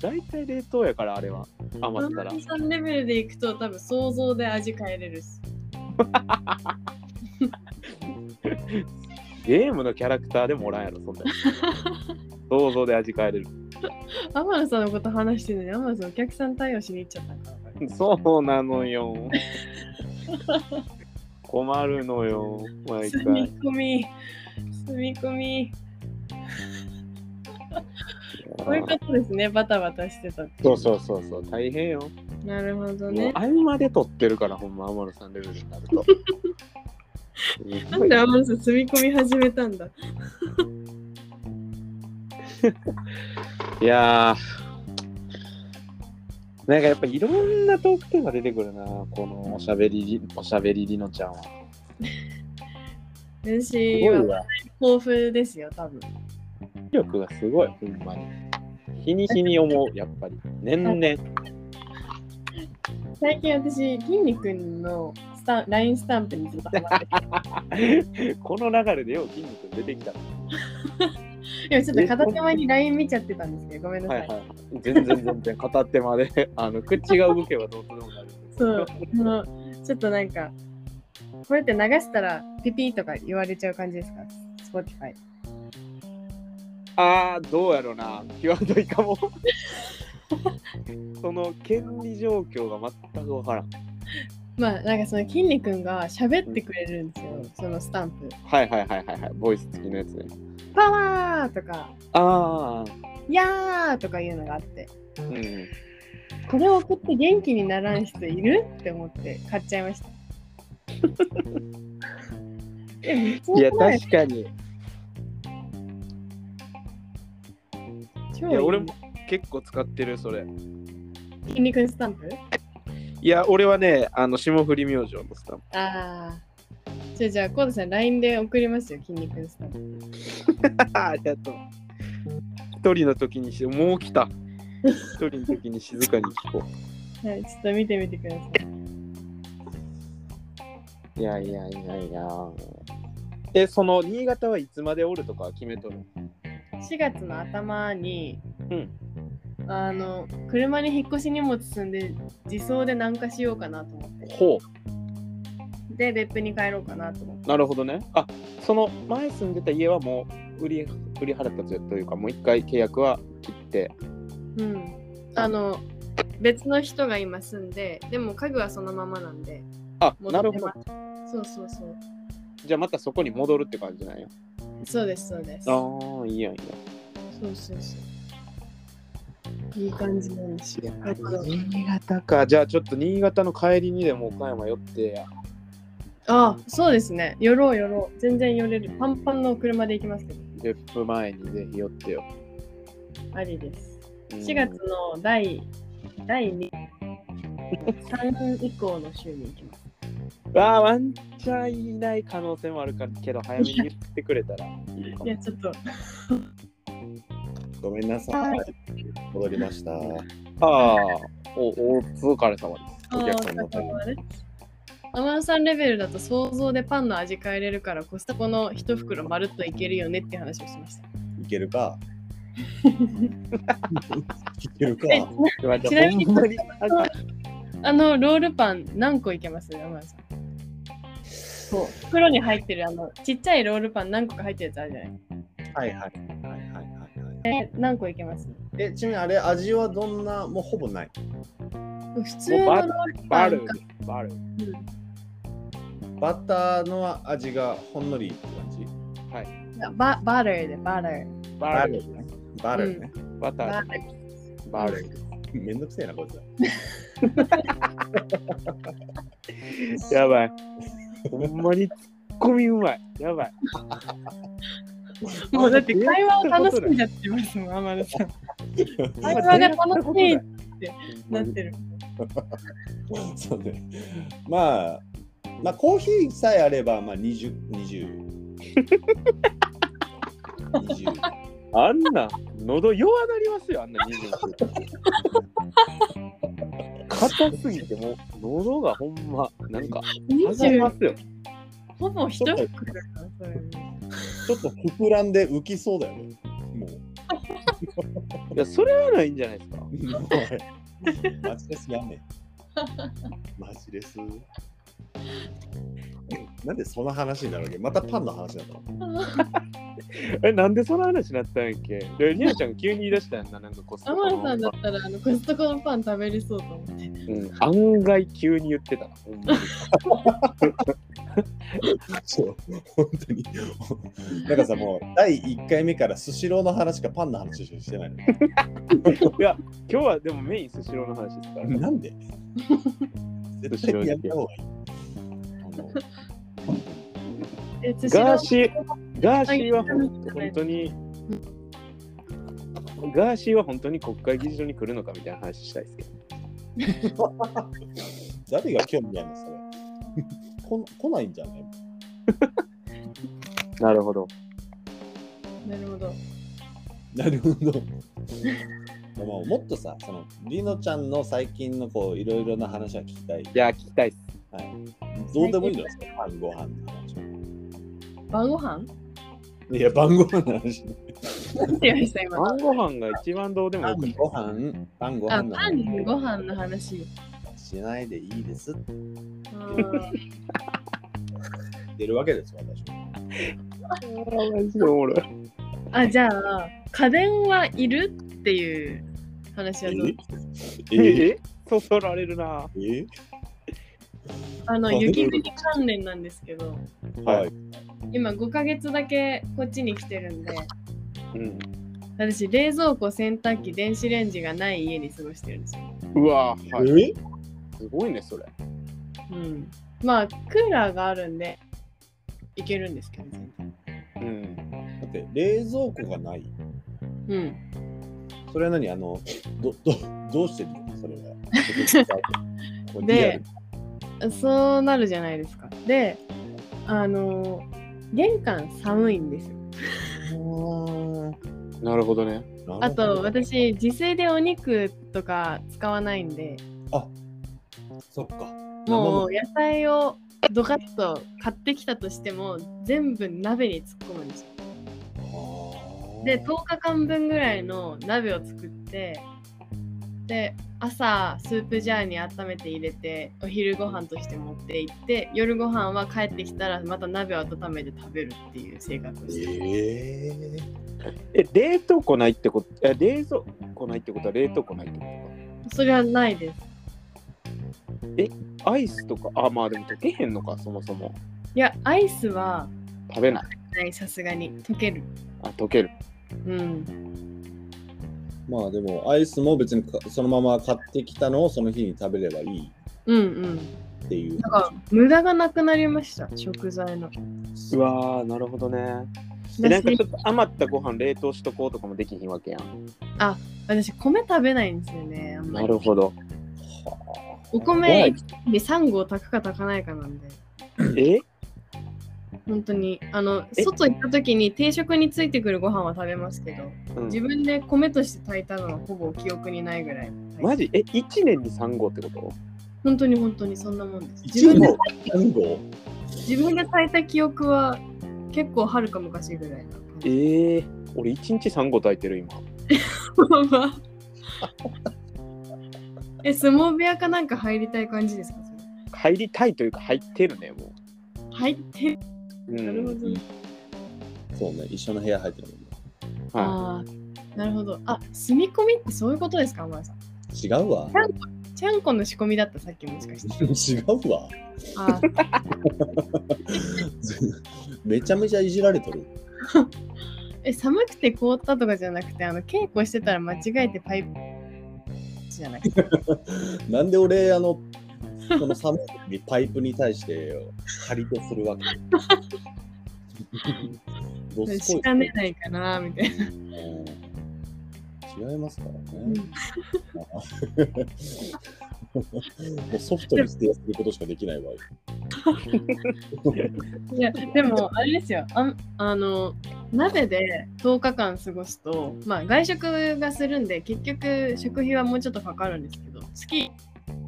Speaker 1: 大体冷凍やから、あれは。余ったら
Speaker 3: 天。野さんレベルでいくと多分想像で味変えれるし
Speaker 1: ゲームのキャラクターでもおらんやろ、そんなやつ。想像で味変えれる。
Speaker 3: 天野さんのこと話してるのに天野さんお客さん対応しに行っちゃったのか
Speaker 1: そうなの
Speaker 3: *laughs*
Speaker 1: よ。困るのよ、毎
Speaker 3: 住
Speaker 1: 回
Speaker 3: み。込み住み込みこういうことですねバタバタしてたって
Speaker 1: そうそうそうそう、大変よ。
Speaker 3: なるほど
Speaker 1: もう
Speaker 3: ね
Speaker 1: 合間で撮ってるから、ほんま、天野さんレベルになると。
Speaker 3: *laughs* なんで天野さん住み込み始めたんだ
Speaker 1: いやー、なんかやっぱいろんなトークテーマ出てくるな、このおしゃべりり、おしゃべりりのちゃんは。すご
Speaker 3: 私
Speaker 1: い
Speaker 3: は
Speaker 1: わ、
Speaker 3: 豊富ですよ多分
Speaker 1: 力がすごい、ほんまに。日に日に思う、やっぱり。年々。
Speaker 3: 最近私、筋肉のスタン LINE スタンプにずっとハマって
Speaker 1: *laughs* この流れでよう筋肉出てきたな。
Speaker 3: る。でもちょっと片手間に LINE 見ちゃってたんですけど、ごめんな
Speaker 1: は
Speaker 3: さ
Speaker 1: いは
Speaker 3: い。
Speaker 1: い。全然全然片手まで、あの口が動けばどうとでもなる。
Speaker 3: そう、あの、ちょっとなんか、これって流したらピピーとか言われちゃう感じですか ?Spotify。
Speaker 1: あー、どうやろな。 *laughs* 際どいかも。その権利状況が全くわからん。
Speaker 3: まあ、なんかその筋肉が喋ってくれるんですよ、そのスタンプ。
Speaker 1: はいはいはいはいはい。ボイス付きのやつね。
Speaker 3: パワーとか、
Speaker 1: あ
Speaker 3: やーとかいうのがあって、
Speaker 1: あ、うん。
Speaker 3: これを送って元気にならん人いるって思って買っちゃいました。 *laughs* え、めっちゃ
Speaker 1: いや、
Speaker 3: 良くな
Speaker 1: 確かに。い
Speaker 3: 超いい
Speaker 1: や、俺も結構使ってる、それ。
Speaker 3: 筋肉スタンプ
Speaker 1: いや、俺はね、あの、霜降り明星のスタン
Speaker 3: ああ。じゃあ、じゃあ、コードさん、LINE で送りますよ、筋肉スタンプ。
Speaker 1: プ。ありがとう。一人の時にし、もう来た。一人の時に静かに聞こ
Speaker 3: はい、ちょっと見てみてください。
Speaker 1: う。いやいやいやいや。え、その、新潟はいつまでおるとかは決めとる
Speaker 3: 4月の頭に、
Speaker 1: うん
Speaker 3: あの、車に引っ越し荷物積んで、自走で南下しようかなと思って。
Speaker 1: ほ
Speaker 3: で、別府に帰ろうかなと思って。
Speaker 1: う。なるほどね。あ、その、前住んでた家はもう、売り、売り払ったというか、もう一回契約は切って。
Speaker 3: うん。あの、別の人が今住んで、でも家具はそのままなんで、
Speaker 1: あ、
Speaker 3: 戻
Speaker 1: なる
Speaker 3: って
Speaker 1: ほど
Speaker 3: ま。す。そうそうそう。
Speaker 1: じゃあまたそこに戻るって感じなんや。
Speaker 3: そうです、そうです。
Speaker 1: ああ、いいやんいいやん。
Speaker 3: そうそうそう。いい感じなんですよ。なるほど
Speaker 1: 新潟か。じゃあちょっと新潟の帰りにでも岡山寄ってや。
Speaker 3: あそうですね。寄ろう寄ろう。全然寄れる。パンパンの車で行きますけど。
Speaker 1: 別府前にぜひ寄ってよ。
Speaker 3: ありです。
Speaker 1: うん
Speaker 3: 4月の第、第2、3以降の週に行きます。
Speaker 1: わあ、ワンチャンいない可能性もあるからけど、早めに言ってくれたらいいか
Speaker 3: い
Speaker 1: も。
Speaker 3: や、ちょっと、
Speaker 2: ごめんなさい。戻りました。
Speaker 1: ああ、お、お疲れ様です。
Speaker 3: あー
Speaker 2: お客さんの
Speaker 3: お疲れ様です天野さんレベルだと想像でパンの味変えれるからコストコの一袋まるっといけるよねって話をしました。
Speaker 2: いける *laughs* か。いけるか。
Speaker 3: え
Speaker 1: 待っ
Speaker 3: ち
Speaker 1: て
Speaker 3: なみに
Speaker 1: ほんまに
Speaker 3: あのロールパン何個いけます天野さん。そう袋に入ってるあのちっちゃいロールパン何個か入ってるやつあるじゃない
Speaker 2: はいはい。はいはいはいはい。
Speaker 3: え何個いけます
Speaker 2: え、ちなみにあれ、味はどんな、もうほぼない。
Speaker 3: 普通のロール
Speaker 1: バ
Speaker 3: パ
Speaker 1: ル
Speaker 3: ンか。
Speaker 1: バル
Speaker 2: バターの味がほんのりって感じ。
Speaker 3: ババターでバター。
Speaker 1: バル
Speaker 2: バルね。
Speaker 1: バタ
Speaker 3: バ
Speaker 1: ー
Speaker 3: ター
Speaker 1: バル
Speaker 2: めんどくせえな、こいつら。
Speaker 1: やばいほんまにツッコミうまいやばい
Speaker 3: もうだって会話を楽しんじゃってますもん、天野さん。会話が楽しいってなってる。
Speaker 2: *laughs* そうね。まあ、まあ、コーヒーさえあれば、まあ、20、20。20
Speaker 1: あんな喉弱なりますよあんな人間硬すぎてもう喉がほんまなんか弾みま
Speaker 3: 20
Speaker 1: すよ
Speaker 3: ほぼ一袋だなそれ
Speaker 2: ちょっと膨らんで浮きそうだよね。もう。
Speaker 1: いやそれはないんじゃないですか
Speaker 2: おいマジレスやめ。マジレス。なんでその話になるわけまたパンの話だったの
Speaker 1: えなんでその話になったんやっけでりなちゃんが急に言い出したんだなんかこっそ
Speaker 3: 天野さんだったらあのコストコのパン食べれそうと思って。
Speaker 1: うん、案外急に言ってたなほんまに
Speaker 2: そう本当に。なんかさ、もう第1回目からスシローの話かパンの話しかしてないの。
Speaker 1: いや、今日はでもメインスシローの話ですから。
Speaker 2: なんで絶対にやめた方がいい。
Speaker 3: えスシロ
Speaker 1: ガー
Speaker 3: ー
Speaker 1: シー、ガーシーは本当に、ガーシーは本当に国会議事堂に来るのかみたいな話したいですけど。
Speaker 2: 誰が興味あるのそれ。こん来ないんじゃない
Speaker 1: なるほど。
Speaker 3: なるほど。
Speaker 2: なるほど。でももっとさ、そのりのちゃんの最近のこういろいろな話は聞きたい。
Speaker 1: いや、聞きたいっす。
Speaker 2: はい。どうでもいいんじゃないですか、晩ご飯の話は。
Speaker 3: 晩ご飯
Speaker 2: いや、晩ご飯の話。
Speaker 3: なんて言いました今。
Speaker 1: 晩ご飯が一番どうでも
Speaker 2: パ
Speaker 1: よく
Speaker 2: ンご飯、晩ご飯
Speaker 3: あ、
Speaker 2: の
Speaker 3: パンご飯の話。
Speaker 2: しないでいいですって
Speaker 3: あー
Speaker 2: 言ってるわけです、私は。
Speaker 3: あ、じゃあ、家電はいるっていう話はどう
Speaker 2: ええ
Speaker 1: えそそられるな。
Speaker 2: え
Speaker 3: あの、
Speaker 2: 家電
Speaker 3: 雪国関連なんですけど、
Speaker 2: はい。
Speaker 3: 今5ヶ月だけこっちに来てるんで、
Speaker 1: うん、
Speaker 3: 私、冷蔵庫、洗濯機、電子レンジがない家に過ごしてるんですよ。
Speaker 1: うわ、はい。
Speaker 2: え
Speaker 1: すごいね、それ。
Speaker 3: うん、まあクーラーがあるんでいけるんですけど全然
Speaker 1: うん。
Speaker 2: だって冷蔵庫がない。
Speaker 3: うん
Speaker 2: それは何あの、ど、 *laughs* ど、どうしてるのそれは。
Speaker 1: *laughs*
Speaker 2: これリア
Speaker 3: で
Speaker 2: ル
Speaker 3: そうなるじゃないですかであの玄関寒いんですよ
Speaker 1: なるほどね。
Speaker 3: あ
Speaker 2: なる
Speaker 3: と
Speaker 2: ほど
Speaker 3: 私自炊でお肉とか使わないんで
Speaker 2: そっか。
Speaker 3: もう野菜をドカッと買ってきたとしても全部鍋に突っ込むんですよで10日間分ぐらいの鍋を作ってで朝スープジャーに温めて入れてお昼ご飯として持って行って夜ご飯は帰ってきたらまた鍋を温めて食べるっていう生活をしてる
Speaker 2: ええ
Speaker 1: え、冷凍庫ないってこと、え、冷蔵庫ないってことは冷凍庫ないってことか。
Speaker 3: それはないです
Speaker 1: アイスとか、あ、まあでも溶けへんのか、そもそも。
Speaker 3: いやアイスは
Speaker 1: 食べない。
Speaker 3: ないさすがに溶ける
Speaker 1: あ、溶ける。
Speaker 3: うん
Speaker 2: まあでもアイスも別にかそのまま買ってきたのをその日に食べればいい
Speaker 3: うんうん
Speaker 2: っていう
Speaker 3: だから無駄がなくなりました食材の
Speaker 1: うわー、なるほどね。で、なん
Speaker 3: 私
Speaker 1: かちょっと余ったご飯冷凍しとこうとかもできひんわけやん。
Speaker 3: 私米食べないんですよねあんまり
Speaker 1: ほど。
Speaker 3: お米で3合炊くか炊かないかなんで
Speaker 1: え
Speaker 3: 本当にあの
Speaker 1: え
Speaker 3: 外行った時に定食についてくるご飯は食べますけど
Speaker 1: うん
Speaker 3: 自分で米として炊いたのはほぼ記憶にないぐらい
Speaker 1: マジえ、1年に3合ってこと
Speaker 3: 本当に本当にそんなもんです。 *laughs* 自
Speaker 2: 一
Speaker 3: 分で
Speaker 2: の単語
Speaker 3: 自分で炊いた記憶は結構はるか昔ぐらいな感じ。
Speaker 1: ええ俺一日3個炊いてる今。
Speaker 3: *laughs* え、相撲部屋かなんか入りたい感じですかそれ
Speaker 1: 入りたいというか入ってるねも
Speaker 3: 入って、
Speaker 1: う。うん
Speaker 3: なるほど。
Speaker 2: そうね、一緒の部屋入ってるもんね。
Speaker 1: は
Speaker 3: ああ、なるほど。あ、住み込みってそういうことですか、まやさん。
Speaker 2: 違うわ。 *laughs*
Speaker 3: ちゃんこの仕込みだった、さっきもしかして。
Speaker 2: 違うわ。
Speaker 3: あー
Speaker 2: めちゃめちゃいじられとる。
Speaker 3: え、寒くて凍ったとかじゃなくて、あの稽古してたら間違えてパイプじゃなくて。
Speaker 2: なんで俺、あの、その寒い時にパイプに対して借りとするわけどすこ
Speaker 3: し
Speaker 2: い
Speaker 3: かねないかな、みたいな。
Speaker 2: うん違いますから
Speaker 3: うん
Speaker 2: ね。もうソフトに指定することしかできないわ。
Speaker 3: *laughs* いやでもあれですよあんあの鍋で10日間過ごすと、まあ、外食がするんで結局食費はもうちょっとかかるんですけど月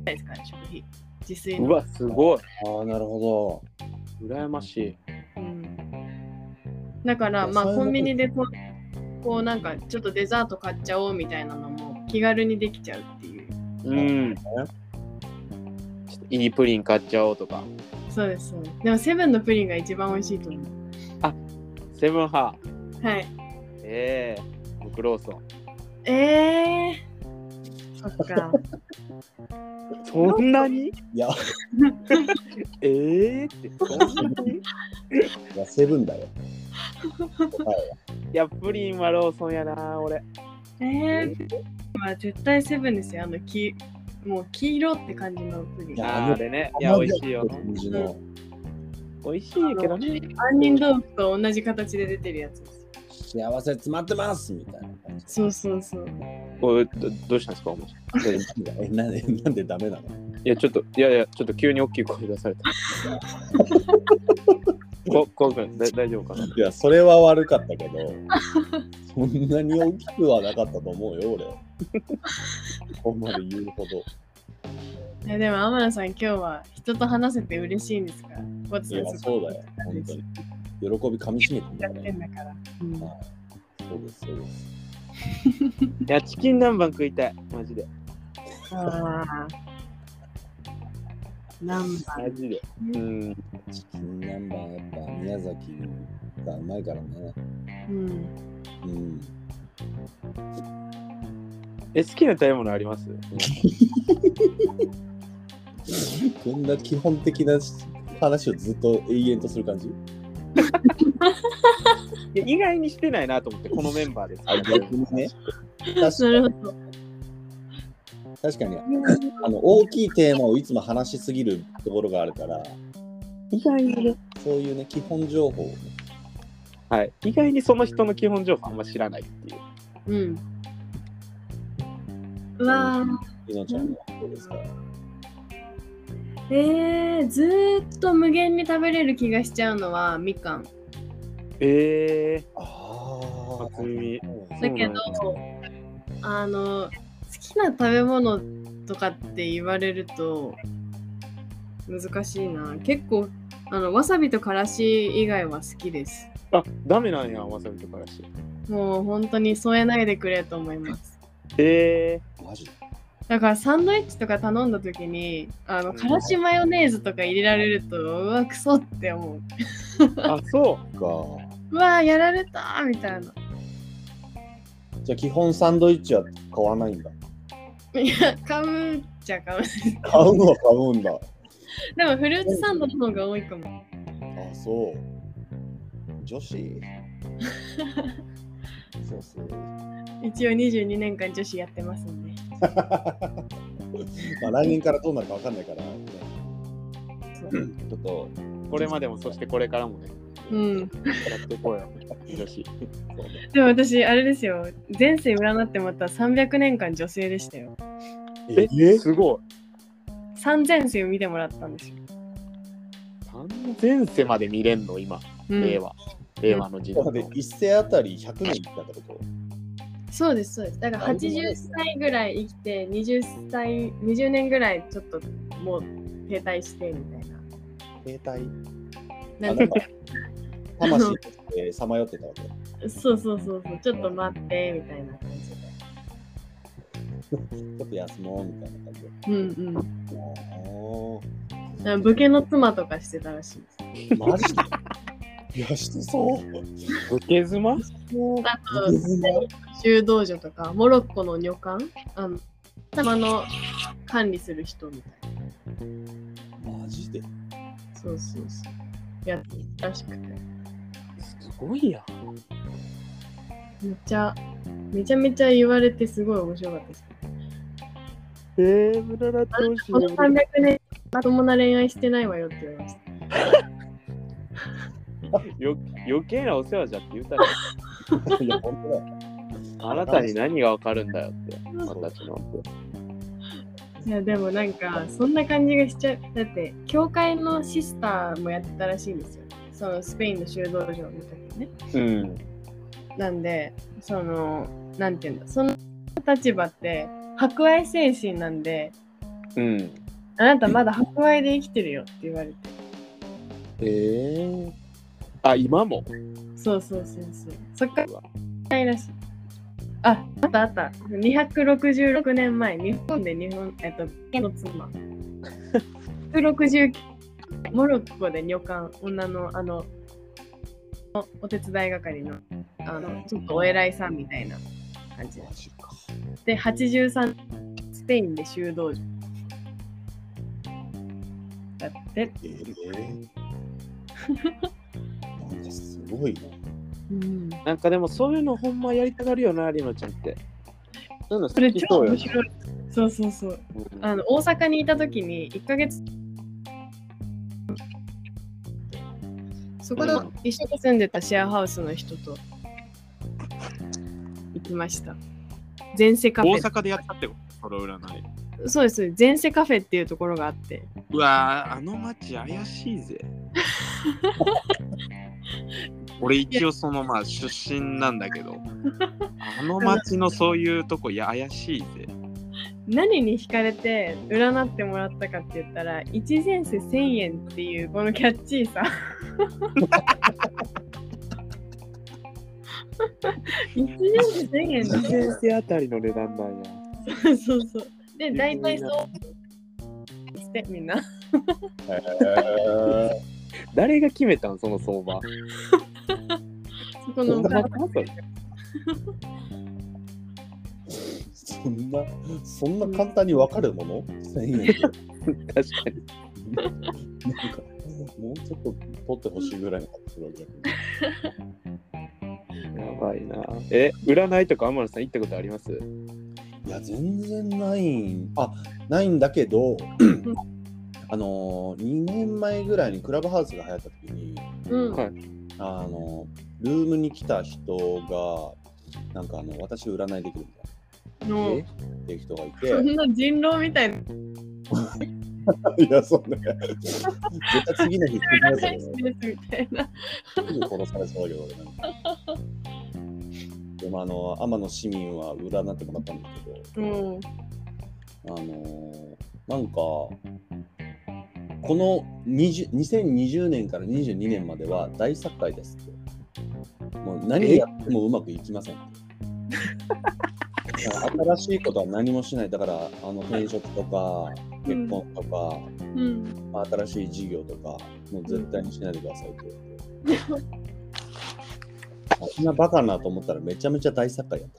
Speaker 3: ですかね食費自炊
Speaker 1: い。
Speaker 3: の
Speaker 1: うわすごい。
Speaker 2: ああ、なるほ
Speaker 1: 羨ましい。
Speaker 3: うん、だからまあ
Speaker 2: そういうこ
Speaker 3: コ
Speaker 2: と
Speaker 3: ンビニでこうこうなんかちょっとデザート買っちゃおうみたいなのも気軽にできちゃうっていう
Speaker 1: うん。ちょっといいプリン買っちゃおうとか。
Speaker 3: そうですそうですでもセブンのプリンが一番美味しいと思う
Speaker 1: セブンハー。
Speaker 3: はい
Speaker 1: ええー。クローソン。
Speaker 3: ええー、そっ *laughs* か
Speaker 1: そんなに？
Speaker 2: い
Speaker 1: *laughs*
Speaker 2: や。
Speaker 1: ええってそんなに？い
Speaker 2: ど。いや、セブンだよ。
Speaker 1: やプリンはローソンやな俺。
Speaker 3: ええー、まあ絶対セブンですよ。あのきもう黄色って感じのプリ
Speaker 2: い
Speaker 3: ン。
Speaker 2: や
Speaker 1: あーあれね。いや美味しいよ。
Speaker 2: 感じの
Speaker 1: 美味しいけどね。
Speaker 3: 杏仁豆腐と同じ形で出てるやつです。
Speaker 2: 幸せ詰まってますみたいな感じ。
Speaker 3: そうそうそう。
Speaker 1: おいどどうしたんですかお前。
Speaker 2: えなんでなんでダメなの
Speaker 1: いやちょっといやいやちょっと急に大きい声出され *laughs* た。ここうくんだ大丈夫かな。
Speaker 2: いや、それは悪かった *laughs* けど、そんなに大きくはな *laughs* かったと思うよ、俺。ここまで言うほど。
Speaker 3: いやでも天野さん今日は人と話せて嬉しいんですから。ごち
Speaker 2: いや、そうだよ、本当に。喜びかみしめて
Speaker 3: や
Speaker 2: る
Speaker 3: っ
Speaker 2: *laughs* ね
Speaker 3: てんだから。
Speaker 2: はいそうです、そうです。
Speaker 1: いやチキン南蛮食いたいマジで
Speaker 3: ああ。ナンバ
Speaker 1: マジで。う
Speaker 3: ー。
Speaker 1: ん。
Speaker 2: チキン南蛮やっぱ宮崎がうまいからね。
Speaker 3: *laughs* うん。
Speaker 2: うん。
Speaker 1: え好きな食べ物あります？
Speaker 2: こんな基本的な話をずっと永遠とする感じ
Speaker 1: いや意外にしてないなと思ってこのメンバーです。
Speaker 2: あ、逆にね。
Speaker 3: な
Speaker 2: 確
Speaker 3: る
Speaker 2: か
Speaker 3: ほど。
Speaker 2: 確かにあの大きいテーマをいつも話しすぎるところがあるから、
Speaker 1: 意外にね。
Speaker 2: そういうね、基本情報をね
Speaker 1: はい。意外にその人の基本情報あんま知らないっていう。
Speaker 3: うん。うわー
Speaker 2: いのちゃんはどうですか
Speaker 3: えー、ずーっと無限に食べれる気がしちゃうのはみかん。
Speaker 1: え
Speaker 2: あ
Speaker 1: ー初耳
Speaker 3: だけど、あの好きな食べ物とかって言われると難しいな結構あのわさびとからし以外は好きです
Speaker 1: あダメなんやわさびとからし。
Speaker 3: もう本当に添えないでくれと思います
Speaker 1: え
Speaker 2: マジで
Speaker 3: だからサンドイッチとか頼んだ時にあのからしマヨネーズとか入れられるとうわクソって思う
Speaker 1: ー、あそ
Speaker 2: か。
Speaker 3: うわやられたみたいな
Speaker 2: じゃあ基本サンドイッチは買わないんだ。
Speaker 3: いや買うっちゃ買う *laughs*
Speaker 2: 買うのは買うんだ。
Speaker 3: でもフルーツサンドの方が多いかも
Speaker 2: あ、そう。女子。 *laughs* そう *laughs* そう。
Speaker 3: 一応22年間女子やってますんで
Speaker 2: まあ来年からどうなるかわかんないから、ちょっと、
Speaker 1: う。これまでもそしてこれからもね。
Speaker 3: うん
Speaker 1: やっていこうよ。女子。
Speaker 2: そうね
Speaker 3: でも私あれですよ前世占ってもらったら300年間女性でしたよ
Speaker 2: ええ
Speaker 1: すごい。
Speaker 3: 3前世を見てもらったんですよ、
Speaker 1: 三前世まで見れんの今、
Speaker 3: うん
Speaker 1: 令和。令和の時代
Speaker 2: だって一世あたり100人いったってこと
Speaker 3: そうですそうですだから
Speaker 2: あいいね
Speaker 3: 80歳ぐらい生きて20歳20年ぐらいちょっともう停滞してみたいな
Speaker 2: 停滞
Speaker 3: な
Speaker 2: あ
Speaker 3: んか
Speaker 2: なんか *laughs* 魂でさまよってたわけ
Speaker 3: そうそうそうそうちょっと待ってみたいな感じで
Speaker 2: ちょっと休もうみたいな感じで
Speaker 3: うんうんだか
Speaker 2: あ
Speaker 3: ら
Speaker 2: ー
Speaker 3: 武家の妻とかしてたらしいです
Speaker 2: マジ *laughs* でいやしてそう
Speaker 1: 武家妻
Speaker 2: もう
Speaker 3: あと修道女とかモロッコの女官あの様の管理する人みたい
Speaker 2: マジで
Speaker 3: なそうそうそうやったらしくて
Speaker 1: すごいやん。
Speaker 3: めちゃめちゃめちゃ言われてすごい面白かったです
Speaker 1: えー、ブララどうしよ
Speaker 3: この
Speaker 1: う。
Speaker 3: 300年まともな恋愛してないわよって言われました
Speaker 1: よ余計なお世話じゃって言うたら、
Speaker 2: いや本当だよ
Speaker 1: あなたに何がわかるんだよって、私の。
Speaker 3: いやでもなんかそんな感じがしちゃうだって教会のシスターもやってたらしいんですよそのスペインの修道場の時ね
Speaker 1: うん。
Speaker 3: なんでそのなんていうんだその立場って博愛精神なんで
Speaker 1: うん。
Speaker 3: あなたまだ博愛で生きてるよって言われて
Speaker 1: えー。あ、今も
Speaker 3: そうそうそうそうそっからないらしいああったあった266年前日本で日本えっと家の妻169モロッコで女官女のあのおお手伝い係のあのちょっとお偉いさんみたいな感じ
Speaker 2: マジか
Speaker 3: で83スペインで修道女だって
Speaker 2: えーなんかすごいな
Speaker 3: うん
Speaker 1: なんかでもそういうのほんまやりたがるよな、りのちゃんって。そういうの
Speaker 3: それ
Speaker 1: 好き
Speaker 3: 超
Speaker 1: そうよ
Speaker 3: 面。白いそうそうそう
Speaker 1: うん
Speaker 3: あの大阪にいた時に1ヶ月そこで
Speaker 1: うん
Speaker 3: 一緒に住んでたシェアハウスの人と行きました前世カフ
Speaker 4: 大
Speaker 3: ェ
Speaker 4: 阪でやったってことその占い。
Speaker 3: そうです前世カフェっていうところがあって
Speaker 4: うわー、あの街怪しい
Speaker 1: *laughs*
Speaker 4: ぜ。俺一応そのまあ出身なんだけど、あの街のそういうとこいや怪しいぜ。
Speaker 3: 何に惹かれて占ってもらったかって言ったら1前世1000円っていうこのキャッチー *laughs* さ1前世1000円だ
Speaker 1: 自然性あたりの値段なんや。
Speaker 3: そうそう。で、大体そう。して、みんな。
Speaker 2: え
Speaker 1: 誰が決めたんその相場。
Speaker 3: そこの
Speaker 1: そんなことない
Speaker 2: ーそんなそんな簡単にわかるもの ?1000 円 *laughs* で
Speaker 1: 確かに。
Speaker 2: なんかもうちょっと取ってほしいぐらいの感じするわけだけど
Speaker 1: やばいな。え、占いとか天野さん行ったことあります
Speaker 2: いや全然ないんあないんだけどあのー、2年前ぐらいにクラブハウスが流行った時に
Speaker 3: うん。
Speaker 1: はい
Speaker 2: あのルームに来た人がなんかあの私占いできるみたい
Speaker 3: の、
Speaker 2: なっていう人がい
Speaker 3: そ
Speaker 2: て
Speaker 3: んな人狼みたいな。
Speaker 2: *laughs* いやそうね絶対次の日
Speaker 3: 占
Speaker 2: 殺さ
Speaker 3: い
Speaker 2: れ
Speaker 3: し
Speaker 2: そう
Speaker 3: てるみたいな。
Speaker 2: だけど殺されそうだけど俺なんかでもあの天野市民は占ってもらったんだけど
Speaker 3: うん。
Speaker 2: あのーなんか、この20 2020年から22年までは大作界ですって。もう何やってもうまくいきません。だから新しいことは何もしない。だから、あの転職とか、結婚とか、
Speaker 3: うん。
Speaker 2: まあ新しい事業とか、もう絶対にしないでくださいって
Speaker 3: *laughs*
Speaker 2: 言って。そんなバカなと思ったらめちゃめちゃ大作家や
Speaker 3: *laughs*
Speaker 2: っ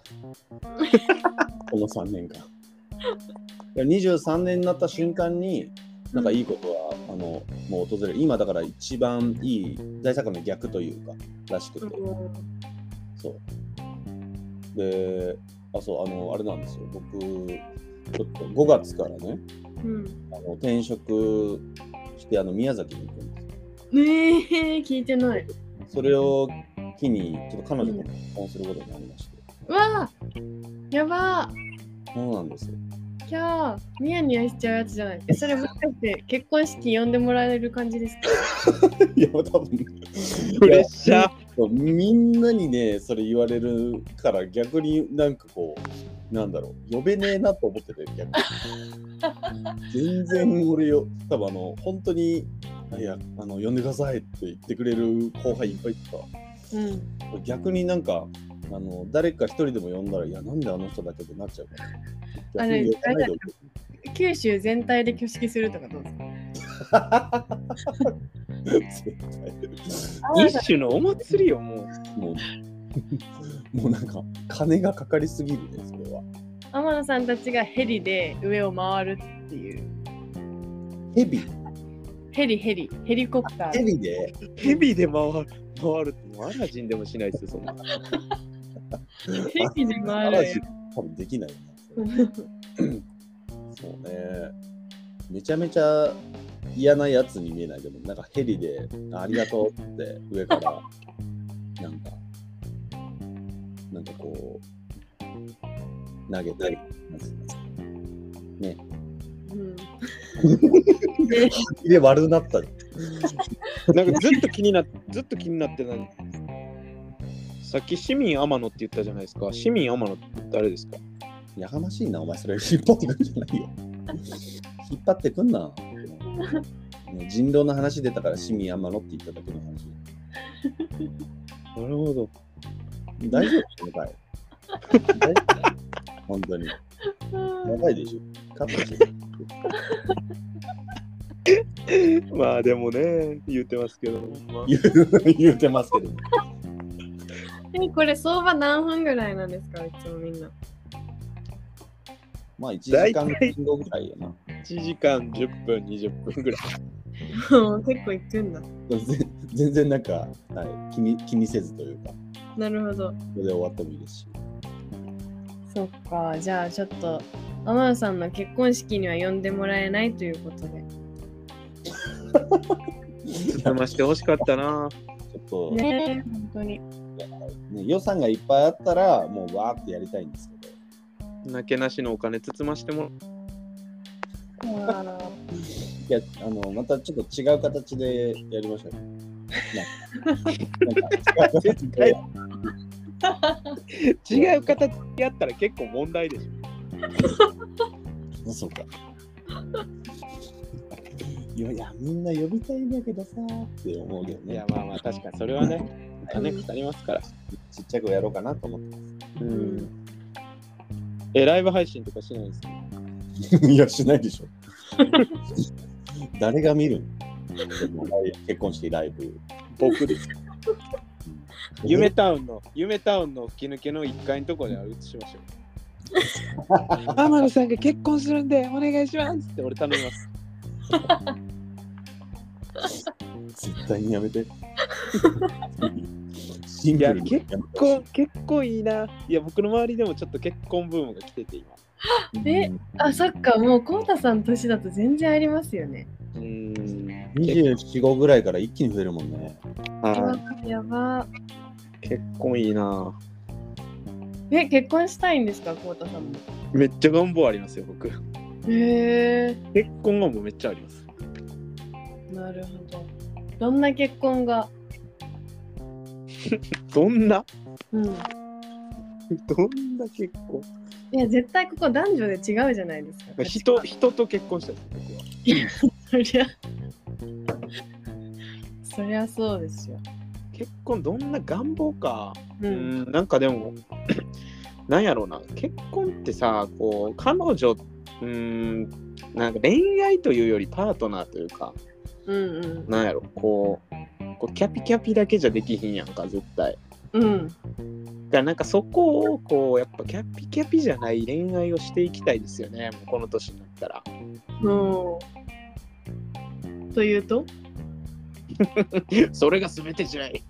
Speaker 2: た。この3年間。で23年になった瞬間に、なんかいいことは、あの、もう訪れる。今だから一番いい大作家の逆というか、らしくて。
Speaker 3: うん。
Speaker 2: そう。で、あ、そう、あの、あれなんですよ。僕、ちょっと5月からね、
Speaker 3: うん。
Speaker 2: あの転職して、あの、宮崎に行くんですよ
Speaker 3: ねえ、聞いてない。
Speaker 2: それを機に、ちょっと彼女とも結婚することになりまして。
Speaker 3: うわあやばー
Speaker 2: そうなんですよ。
Speaker 3: きゃーニヤニヤしちゃうやつじゃない。えそれもしかして結婚式呼んでもらえる感じですか
Speaker 2: *laughs* いや、多分
Speaker 1: プレッシャー。
Speaker 2: そうみんなにねそれ言われるから逆になんかこうなんだろう呼べねえなと思ってて逆 *laughs* に全然俺よ多分あの本当にいやあの呼んでくださいって言ってくれる後輩いっぱいいてた
Speaker 3: うん、
Speaker 2: 逆になんかあの誰か一人でも呼んだらいやなんであの人だけってなっちゃうから
Speaker 3: あれ
Speaker 2: 逆に呼ばないでおこう
Speaker 3: 九州全体で挙式するとかどうですか
Speaker 2: *laughs* 絶対
Speaker 1: 一種のお祭りよ、もう。
Speaker 2: もうもうなんか金がかかりすぎるねそれは
Speaker 3: 天野さんたちがヘリで上を回るっていう
Speaker 2: ヘビ
Speaker 3: ヘリヘリヘリコプター
Speaker 2: ヘ
Speaker 3: で
Speaker 2: ビで
Speaker 1: ヘビで回る、回るって、もうアラジンでもしないですよ、そんな。
Speaker 3: ヘリで回る
Speaker 2: 嵐多分できないよねそうねめちゃめちゃ嫌なやつに見えないでもなんかヘリでありがとうって上 *laughs* からなんかなんかこう投げたりなんつう
Speaker 3: うん
Speaker 2: ので悪なったり
Speaker 1: なんかずっと気になっずっと気になってない。さっき市民天野って言ったじゃないですか。市民天野って誰ですか
Speaker 2: やかましいなお前それ引っ張ってくんじゃないよ引っ張ってくんなね人狼の話出たから市民天野って言っただけの話
Speaker 1: なるほど。
Speaker 2: 大丈夫かい大丈夫かい本当に。やばいでしょ。カットして。
Speaker 1: *laughs* まあでもね、言ってますけど。まあ
Speaker 2: 言う *laughs* 言うてますけど、
Speaker 3: えこれ相場何分ぐらいなんですかいつもみんな *laughs*
Speaker 2: まあ1時間後ぐらいやな。
Speaker 1: 1時間10分、20分ぐらい。
Speaker 3: もう結構いくんだ
Speaker 2: 全全然なんか、はい、気に気にせずというか、こ
Speaker 3: なるほど
Speaker 2: こで終わってもいいですし。
Speaker 3: そっかじゃあちょっと天野さんの結婚式には呼んでもらえないということで
Speaker 1: 邪魔してほしかったな。
Speaker 2: ちょっと、ね
Speaker 3: ねえ本当に
Speaker 2: 予算がいっぱいあったら、もうわーってやりたいんですけど、
Speaker 1: なけなしのお金つつましても
Speaker 2: いや、あの、またちょっと違う形でやりましょうよ。なんかなんか違う形で
Speaker 1: 違う形やったら結構問題でしょ。
Speaker 2: あ *laughs* そうか。いやいや、みんな呼びたいんだけどさーって思うけど
Speaker 1: い
Speaker 2: ね
Speaker 1: や。まあまあ確かにそれはね、お金かかりますから。
Speaker 2: ちっちゃくやろうかなと思っ
Speaker 1: うん。え、ライブ配信とかしないんですか
Speaker 2: て。 *laughs* いや、しないでしょ。誰が見るの結婚式ライブ。
Speaker 1: 僕です。夢タウンの夢タウンの吹き抜けの1階のところで映しましょう。天野さんが結婚するんでお願いしますって俺頼みます。
Speaker 2: 絶対にやめて。シンプルにやめてほし
Speaker 1: 結婚結婚いいな。いや僕の周りでもちょっと結婚ブームが来てて今。
Speaker 3: えあそっかもうこうたさん年だと全然ありますよね
Speaker 1: うーん。
Speaker 2: 24、5ぐらいから一気に増えるもんね。
Speaker 1: は
Speaker 3: やば
Speaker 1: い結婚いいな。
Speaker 3: え結婚したいんですかこうたさんも
Speaker 1: めっちゃ願望ありますよ僕。
Speaker 3: へえ
Speaker 1: 結婚願望めっちゃあります。
Speaker 3: なるほどどんな結婚が
Speaker 1: どんな
Speaker 3: うん
Speaker 1: どんな結婚
Speaker 3: いや絶対ここ男女で違うじゃないですか
Speaker 1: 人人と結婚したいです僕は。
Speaker 3: そりゃそりゃそうですよ
Speaker 1: 結婚どんな願望か。
Speaker 3: う
Speaker 1: うんんなんかでもなんやろうな結婚ってさこう彼女うんなんか恋愛というよりパートナーというか
Speaker 3: うんうん
Speaker 1: なんやろこうこうキャピキャピだけじゃできひんやんか絶対
Speaker 3: うん
Speaker 1: だからなんかそこをこうやっぱキャピキャピじゃない恋愛をしていきたいですよねもうこの年になったら *laughs*
Speaker 3: うんというと
Speaker 1: それが全てじゃない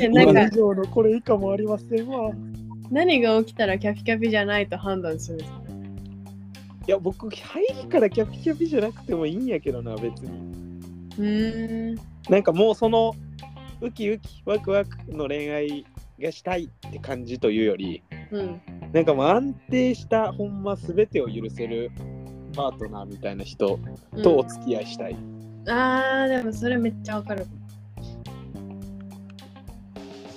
Speaker 3: えなんか
Speaker 1: 上のこれ以下もありませんわ
Speaker 3: 何が起きたらキャピキャピじゃないと判断するんですか
Speaker 1: いや僕入りからキャピキャピじゃなくてもいいんやけどな別に
Speaker 3: うーん
Speaker 1: なんかもうそのウキウキワクワクの恋愛がしたいって感じというより
Speaker 3: うん
Speaker 1: なんかもう安定したほんま全てを許せるパートナーみたいな人
Speaker 3: うん
Speaker 1: とお付き合いしたい、
Speaker 3: あーでもそれめっちゃわかる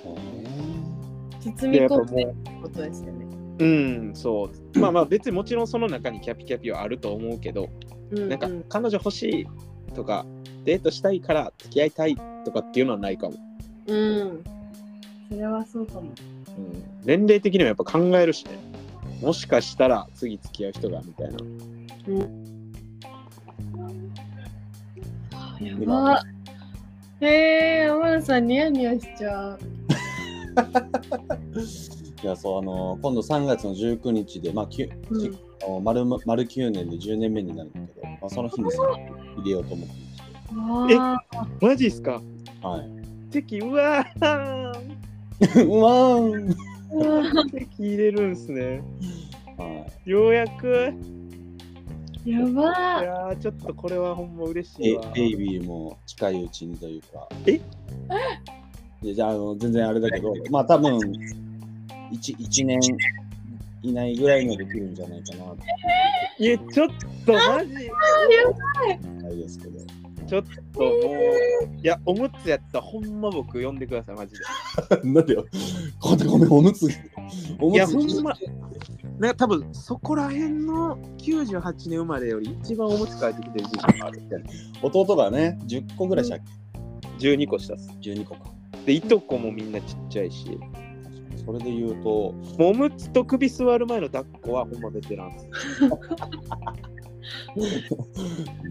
Speaker 2: そうね。
Speaker 3: 包
Speaker 1: で
Speaker 3: み
Speaker 1: やっぱ
Speaker 3: 込
Speaker 1: も
Speaker 3: んでることですよね
Speaker 1: ううんそうまあまあ別にもちろんその中にキャピキャピはあると思うけど
Speaker 3: うん
Speaker 1: なんか
Speaker 3: うん
Speaker 1: 彼女欲しいとかデートしたいから付き合いたいとかっていうのはないかも、
Speaker 3: うんそれはそうかも
Speaker 1: うん、年齢的にもやっぱ考えるしねもしかしたら次付き合う人がみたいな
Speaker 3: あやばえー、天野さんニヤニヤしちゃう
Speaker 2: いや、そう、あの、今度3月の19日で、まあ、きゅ
Speaker 3: うん
Speaker 2: じあの丸ま丸9年で10年目になるんだけど、まあ、その日にさ入れようと思ってまし
Speaker 3: わ
Speaker 1: マジっすか
Speaker 2: た。はい。
Speaker 1: 敵うわー
Speaker 2: *laughs* うまーん。
Speaker 3: ーうわー
Speaker 1: 敵入れるんすね
Speaker 2: は
Speaker 1: ようやく
Speaker 3: や
Speaker 1: い
Speaker 3: ばー
Speaker 1: やーちょっとこれはほんま嬉し
Speaker 2: い。
Speaker 1: い
Speaker 2: え
Speaker 1: わ、
Speaker 2: ベイビーも近いうちにというか。
Speaker 1: え
Speaker 2: いやじゃあ、あの、全然あれだけ *laughs* ど、まあ、多分、一一年以内ぐらいにはできるんじゃないかなって
Speaker 1: いやちょっとマジ
Speaker 2: あれですけど。
Speaker 1: ちょっともういやおむつやったらほんま僕呼んでくださいマジで
Speaker 2: なんで *laughs* よ。ごめん、ごめん、おむつ。おむ
Speaker 1: い
Speaker 2: つ。
Speaker 1: やほんまなんか多分そこら辺の98年生まれより一番おむつ変えてきてる時期があるみたいな
Speaker 2: 弟がね、10個ぐらいしたっ
Speaker 1: 12個したっす
Speaker 2: け ?12 個か。
Speaker 1: でいとこもみんなちっちゃいし
Speaker 2: それで言う
Speaker 1: も
Speaker 2: と、
Speaker 1: うおむつと首座る前の抱っこはほんまベテランっす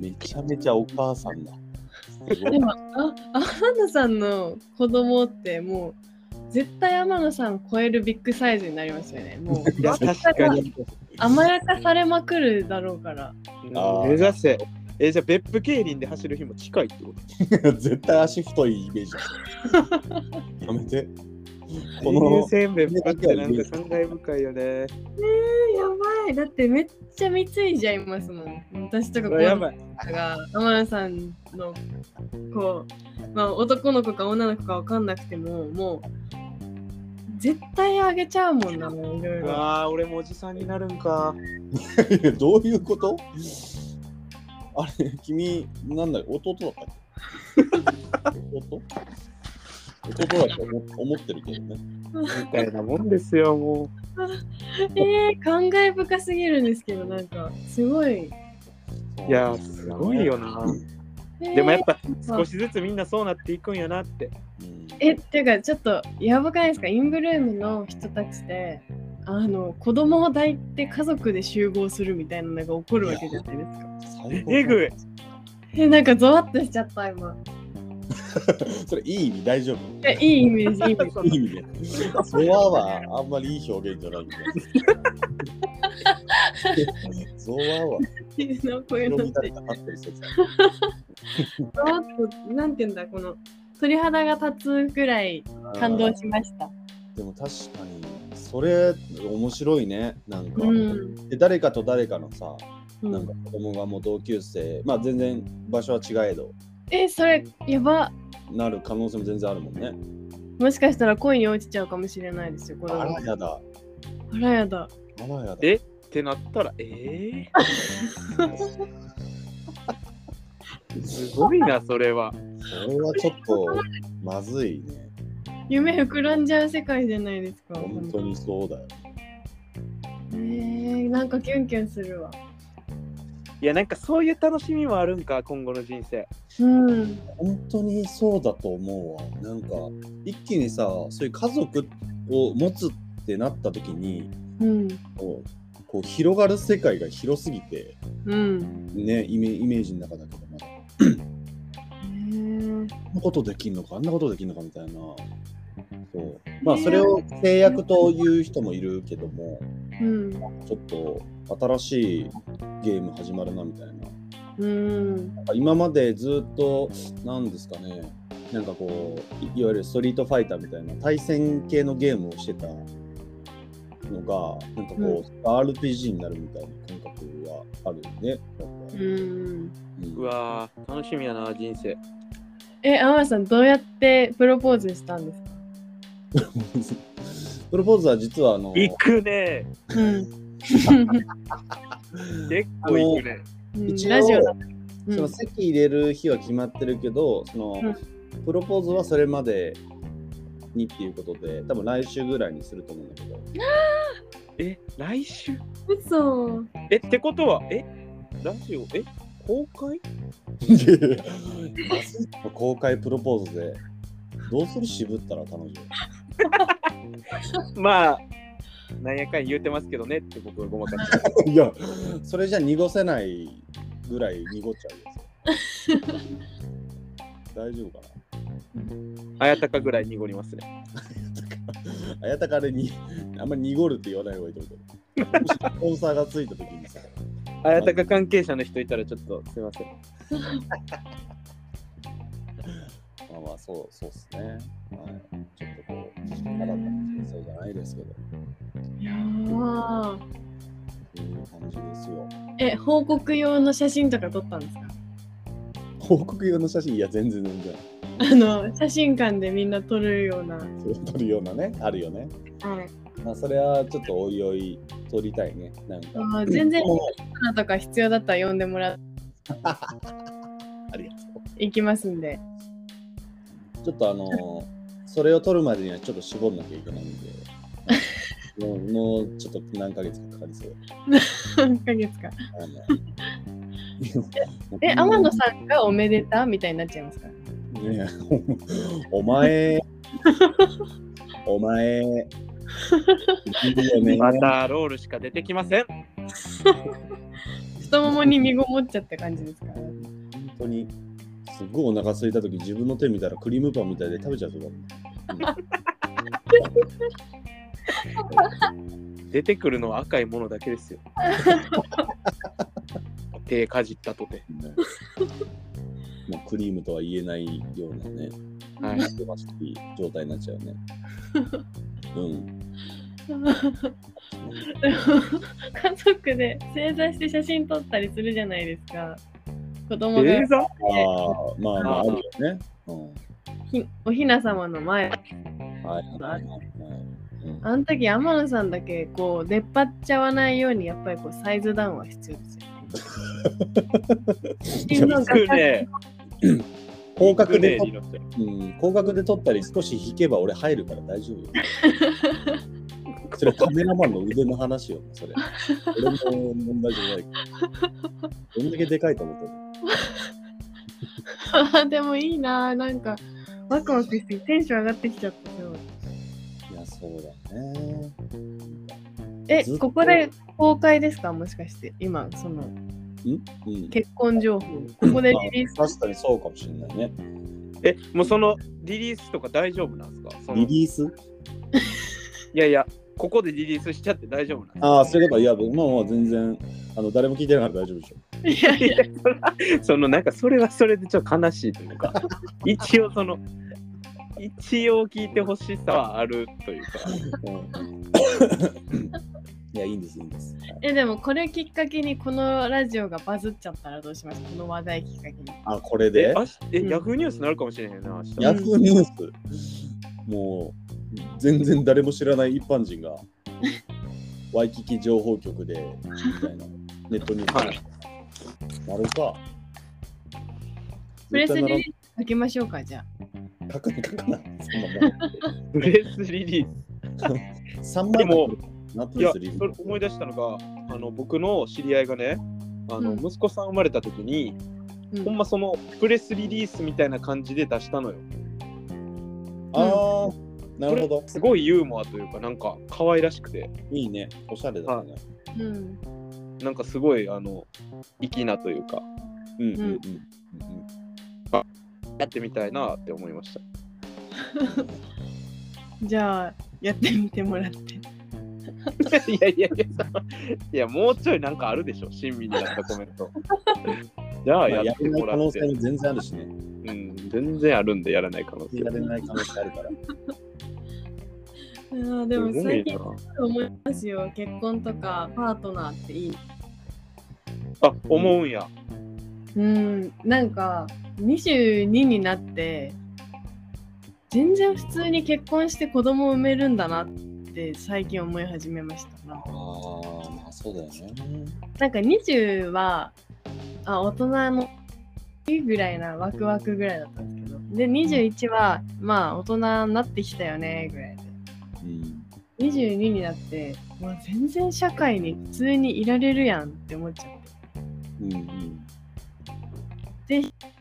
Speaker 2: めちゃめちゃお母さ
Speaker 3: *laughs*
Speaker 2: んだ。
Speaker 3: でもあ天野さんの子供ってもう絶対天野さんを超えるビッグサイズになりますよねもう
Speaker 1: *laughs* いや確かに
Speaker 3: 甘やかされまくるだろうから
Speaker 2: あー
Speaker 1: 目指せえじゃあ別府競輪で走る日も近いってこと
Speaker 2: 絶対足太いイメージだ。やめて。こ
Speaker 1: 優
Speaker 2: の、
Speaker 1: 先別府ってなんか感慨深いよね
Speaker 3: えやばいだってめっちゃ貢いじゃいますもん私とかこう
Speaker 1: やばい
Speaker 3: が天野さんのこう、まあ、男の子か女の子か分かんなくてももう絶対あげちゃうもんなもういろいうろ
Speaker 1: わあ俺もおじさんになるんか
Speaker 2: どういうことあれ、君、なんだよ、弟だったっけ弟弟だと思思ってるけどね。
Speaker 1: みたいなもんですよも
Speaker 3: えー、感慨深すぎるんですけどなんかすごい、 *laughs*
Speaker 1: ういやーすごいよな
Speaker 3: えー
Speaker 1: でもやっぱ少しずつみんなそうなっていくんやなって
Speaker 2: うん。
Speaker 3: えっていうかちょっとやばくないですかインブルームの人たちであの子供を抱いて家族で集合するみたいなのが起こるわけじゃないですか
Speaker 2: 最高だ
Speaker 1: えぐい
Speaker 3: えなんかゾワッとしちゃった今
Speaker 2: *laughs* それいい意味大丈夫
Speaker 3: いやいいイメージいいイメージ
Speaker 2: いい意味で。それははあんまりいい表現じゃないんだよ。ゾワーは
Speaker 3: なん *laughs* かこういう
Speaker 2: 広
Speaker 3: のっ
Speaker 2: みた
Speaker 3: て
Speaker 2: いなあってる説だ。
Speaker 3: ちょっと、なんて言うんだ、この鳥肌が立つぐらい感動しました。
Speaker 2: でも確かにそれ面白いねなんか、
Speaker 3: うん。
Speaker 2: で誰かと誰かのさ
Speaker 3: う
Speaker 2: なん
Speaker 3: ん
Speaker 2: か、子供がもう同級生まあ全然場所は違えど
Speaker 3: え、それ、やば。
Speaker 2: なる可能性も全然あるもんね
Speaker 3: もしかしたら恋に落ちちゃうかもしれないですよ、子供。
Speaker 2: あ
Speaker 3: あ
Speaker 2: らやだ
Speaker 3: らやだ。
Speaker 2: あらやだ
Speaker 1: えってなったらええすごいなそれは
Speaker 2: それはちょっとまずいね
Speaker 3: 夢膨らんじゃう世界じゃないですか。
Speaker 2: 本当にそうだよ
Speaker 3: えー、なんかキュンキュンするわ。
Speaker 1: いやなんかそういう楽しみもあるんか今後の人生
Speaker 3: うん。
Speaker 2: 本当にそうだと思うわなんか一気にさそういう家族を持つってなった時に
Speaker 3: うん。
Speaker 2: こうこう広がる世界が広すぎて
Speaker 3: うん。
Speaker 2: ねイメイメージの中だけどまだ
Speaker 3: えー、
Speaker 2: こんなことできんのかあんなことできんのかみたいなそうまあそれを制約という人もいるけども
Speaker 3: うん。
Speaker 2: ちょっと新しいゲーム始まるなみたいなな
Speaker 3: うん。
Speaker 2: んか今までずっと何ですかねなんかこういいわゆるストリートファイターみたいな対戦系のゲームをしてたのがなんかこう、RPG になるみたいな感覚はあるよねやっぱ
Speaker 3: うん。
Speaker 2: うん
Speaker 1: うわー楽しみやな人生
Speaker 3: え、天野さん、どうやってプロポーズしたんですか
Speaker 2: プロポーズは実はあの
Speaker 1: 行くね
Speaker 3: うん。
Speaker 1: 結構行くね
Speaker 3: うん
Speaker 2: 一応
Speaker 3: ラジオだうん
Speaker 2: その籍入れる日は決まってるけど、その、プロポーズはそれまでにっていうことで、多分来週ぐらいにすると思うんだけど、
Speaker 1: え、来週
Speaker 3: 嘘
Speaker 1: え、ってことは、え、ラジオ、え、公開
Speaker 2: 公開プロポーズで、どうする渋ったら彼女。
Speaker 1: まあ、なんやかん言うてますけどねって僕はごまかしてる。
Speaker 2: いや、それじゃ濁せないぐらい濁っちゃうよ。大丈夫か
Speaker 1: あやたかぐらい濁りますね。
Speaker 2: なあやたかでに、あんまり濁るって言わない方がいいと思う。もしスポンサーがついた時にさ、
Speaker 1: あやたか関係者の人いたらちょっとすいません。
Speaker 2: まあまあ、そう、そうっすね。はい、ちょっとこう、新たな人生じゃないですけど、
Speaker 3: いやー
Speaker 2: そういう感じですよ。
Speaker 3: え報告用の写真とか撮ったんですか
Speaker 2: 報告用の写真、いや、全然全然。
Speaker 3: あの写真館でみんな撮るような
Speaker 2: それ撮るようなね、あるよね。
Speaker 3: はい
Speaker 2: まあ、それはちょっとおいおい撮りたいね。なんか。
Speaker 3: あー全然
Speaker 2: もう
Speaker 3: 花とか必要だったら呼んでもらう
Speaker 2: ありがとう。
Speaker 3: 行きますんで
Speaker 2: ちょっとあのーそれを取るまでにはちょっと絞んなきゃいけないんで、もうもうちょっと何ヶ月かかかりそう。
Speaker 3: 何ヶ月か
Speaker 2: あの
Speaker 3: え天野さんがおめでたみたいになっちゃいますか
Speaker 2: ねえお前、お前、いるよね。
Speaker 1: またロールしか出てきません。
Speaker 3: 太ももに身ごもっちゃった感じですか
Speaker 2: 本当に、すっごいお腹空いたとき、自分の手見たらクリームパンみたいで食べちゃうぞ。
Speaker 1: 出てくるのは赤いものだけ *laughs* ですよ。手かじったとて。
Speaker 2: ねもうクリームとは言えないようなね、
Speaker 1: はい
Speaker 2: してましい状態になっちゃうね。うん。
Speaker 3: でも家族で正座して写真撮ったりするじゃないですか子供が
Speaker 1: レーザー
Speaker 2: ああ、まあまあ、あるよね。うん。
Speaker 3: ひおひな様の前
Speaker 2: はいはいはいはい。うん
Speaker 3: あの時天野さんだけこう出っ張っちゃわないようにやっぱりこうサイズダウンは必要ですよね写真の画
Speaker 1: 行く
Speaker 3: 角
Speaker 1: ね。
Speaker 2: 広角で
Speaker 1: 行くねリノちゃん
Speaker 2: うん、広角で撮ったり少し引けば俺入るから大丈夫よ。それカメラマンの腕の話よ、それ。俺の問題じゃないから。どんだけでかいと思ってる
Speaker 3: *laughs* あでもいいなぁなんかワクワクしてテンション上がってきちゃったよ
Speaker 2: いや、そうだね。
Speaker 3: え
Speaker 2: ずっと
Speaker 3: ここで公開ですかもしかして今その
Speaker 2: うん。
Speaker 3: 結婚情報ここでリリース
Speaker 2: あ確かにそうかもしれないね。
Speaker 1: え、もうそのリリースとか大丈夫なんですかその
Speaker 2: リ
Speaker 1: い
Speaker 2: リース
Speaker 1: やいや、ここでリリースしちゃって大丈夫なんですか
Speaker 2: ああ、そういえば、いや、まあまあ全然、あの、誰も聞いてなかったら大丈夫でしょ。
Speaker 3: いやいや
Speaker 1: いやそれはそのなんかそれはそれでちょっと悲しいという
Speaker 2: *laughs*
Speaker 1: か一応その一応聞いてほしさはあるというか
Speaker 2: うんいや、いいんです、いいんです。はい
Speaker 3: えでもこれきっかけにこのラジオがバズっちゃったらどうしますこの話題きっかけに
Speaker 2: あ、これ
Speaker 1: え
Speaker 2: で
Speaker 1: あしえ
Speaker 3: うん
Speaker 1: ヤフーニュースになるかもしれへんな明日
Speaker 2: ヤフーニュース、もう全然誰も知らない一般人が、ワイキキ情報局で、みたい
Speaker 1: *laughs*
Speaker 2: な、ネットニュース、
Speaker 1: はい
Speaker 2: なるか。
Speaker 3: プレスリ
Speaker 2: 絶対なら
Speaker 3: リース書きましょうかじゃあ
Speaker 2: 書かない書かない。そ
Speaker 1: プレスリリー
Speaker 2: ん
Speaker 1: スで
Speaker 2: なも
Speaker 1: も
Speaker 2: ん。3万なって
Speaker 1: いや
Speaker 2: す
Speaker 1: そ
Speaker 2: る
Speaker 1: れ思い出したのがあの僕の知り合いがねあの、
Speaker 3: うん
Speaker 1: 息子さん生まれた時に、
Speaker 3: うん
Speaker 1: ほんまそのプレスリリースみたいな感じで出したのよ
Speaker 2: ああ、なるほど。
Speaker 1: すごいユーモアというかなんか可愛らしくて
Speaker 2: いいね。おしゃれだね。
Speaker 3: うん
Speaker 1: なんかすごいあの粋なというか
Speaker 2: うんうんうんうん
Speaker 1: やってみたいなって思いました
Speaker 3: じゃあやってみてもらって
Speaker 1: *laughs* いやいやいや、そのいやもうちょいなんかあるでしょ、親身になったコメン
Speaker 4: *laughs*
Speaker 1: ト。じゃ
Speaker 2: ま
Speaker 1: あ
Speaker 2: あや
Speaker 1: やっ
Speaker 2: れ
Speaker 1: て
Speaker 2: ない
Speaker 1: も
Speaker 2: 可
Speaker 1: らっ
Speaker 2: 能
Speaker 1: て
Speaker 2: 性、も全然あるしね。
Speaker 1: うん、全然あるんでやらない可能性。
Speaker 2: やれない可能性あるから。
Speaker 3: あーですも
Speaker 1: ごい
Speaker 3: 最近
Speaker 1: な。
Speaker 3: 思いますよ結婚とかパートナーっていい
Speaker 1: あ、思うんや。
Speaker 3: うんなんか22になって全然普通に結婚して子供産めるんだなって最近思い始めましたな
Speaker 2: ああ、まあそうだよね。
Speaker 3: なんか20はあ大人のぐらいなワクワクぐらいだったんですけどで21はまあ大人になってきたよねぐらいで
Speaker 2: うん
Speaker 3: 22になってもう全然社会に普通にいられるやんって思っちゃって
Speaker 2: うんうん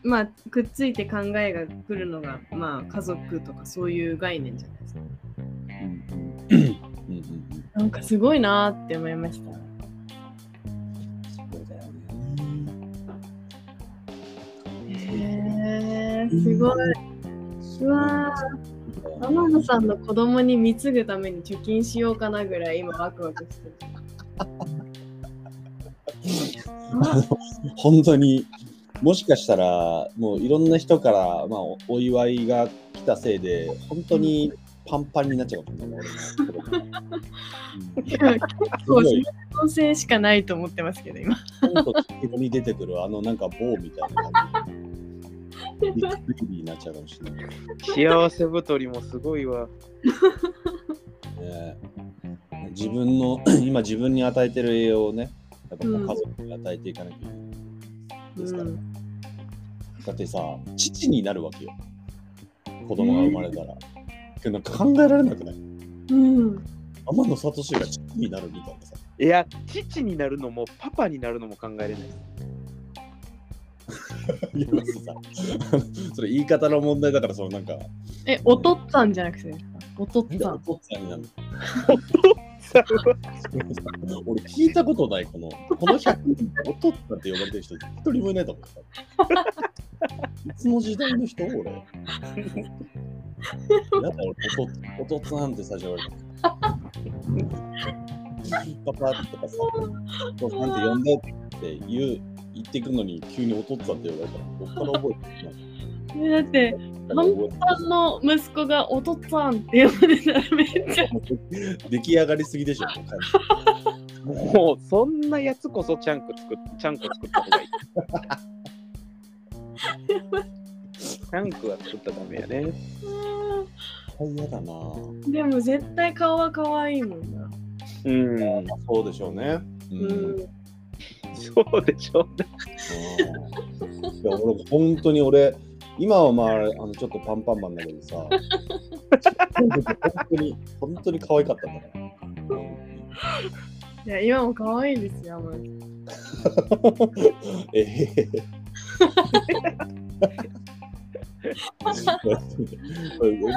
Speaker 3: まあくっついて考えが来るのがまあ家族とかそういう概念じゃないですか
Speaker 2: うんうんうんうん
Speaker 3: なんかすごいなーって思いました
Speaker 2: そうだよね
Speaker 3: へえすごい。うわ
Speaker 2: そうだよね
Speaker 3: 天野さんの子供に貢ぐために貯金しようかなぐらい今ワクワクしてる。
Speaker 2: あの本当にもしかしたらもういろんな人から、まあ、おお祝いが来たせいで本当にパンパンになっちゃうかもしれない俺の子
Speaker 3: *laughs*
Speaker 2: 供うん
Speaker 3: 結構
Speaker 2: すごい
Speaker 3: 調整しかないと思ってますけど今。
Speaker 2: 本と黄色に出てくるあのなんか棒みたいな感じビッグビリーになっちゃうかもしれない、ね
Speaker 4: 幸せ太りもすごいわ。
Speaker 2: え自分の *clears throat* 今自分に与えてる栄養をねやっぱ家族に与えていかなきゃいけない、ですから、
Speaker 3: うん
Speaker 2: だってさ父になるわけよ子供が生まれたら、けどなんか考えられなくない
Speaker 3: うん。
Speaker 2: 天野聡が父になるみたいなさ *laughs*
Speaker 4: いや、父になるのもパパになるのも考えれない *laughs* です。
Speaker 2: いや別にさそれ言い方の問題だからそのなんか
Speaker 3: え、おとっつぁんじゃなくて、おとっ
Speaker 2: なん
Speaker 3: つ
Speaker 2: でお
Speaker 3: ぁん。
Speaker 2: 父さんになるの俺聞いたことないこのこの100人お父さんって呼ばれてる人一人もいないと思ういつの時代の人俺やだ俺おとおとつなんて最初言われたパパとかさお父さんって呼んでって言う言ってくのに急におとっつぁんって呼ばれたらどっから覚えてる
Speaker 3: えだって、パンパンの息子がおとっつぁんって呼ばれたらめっちゃ。
Speaker 2: 出来上がりすぎでしょ。もう
Speaker 4: もうそんなやつこそちゃんこ作っちゃんこ作った方
Speaker 3: *laughs*
Speaker 4: がいい。ちゃんこは作ったらダメやね。
Speaker 2: 完全に嫌だな。
Speaker 3: でも絶対顔は可愛いもんな。
Speaker 4: うん。
Speaker 2: そうでしょうね。う。
Speaker 3: うんん。
Speaker 4: そうでしょ。
Speaker 2: あーいや俺本当に俺今はまああのちょっとパンパンマンだけどさ本当に本当に可愛かったんだから。
Speaker 3: いや、今も可愛いですよ、もう。
Speaker 2: えへへ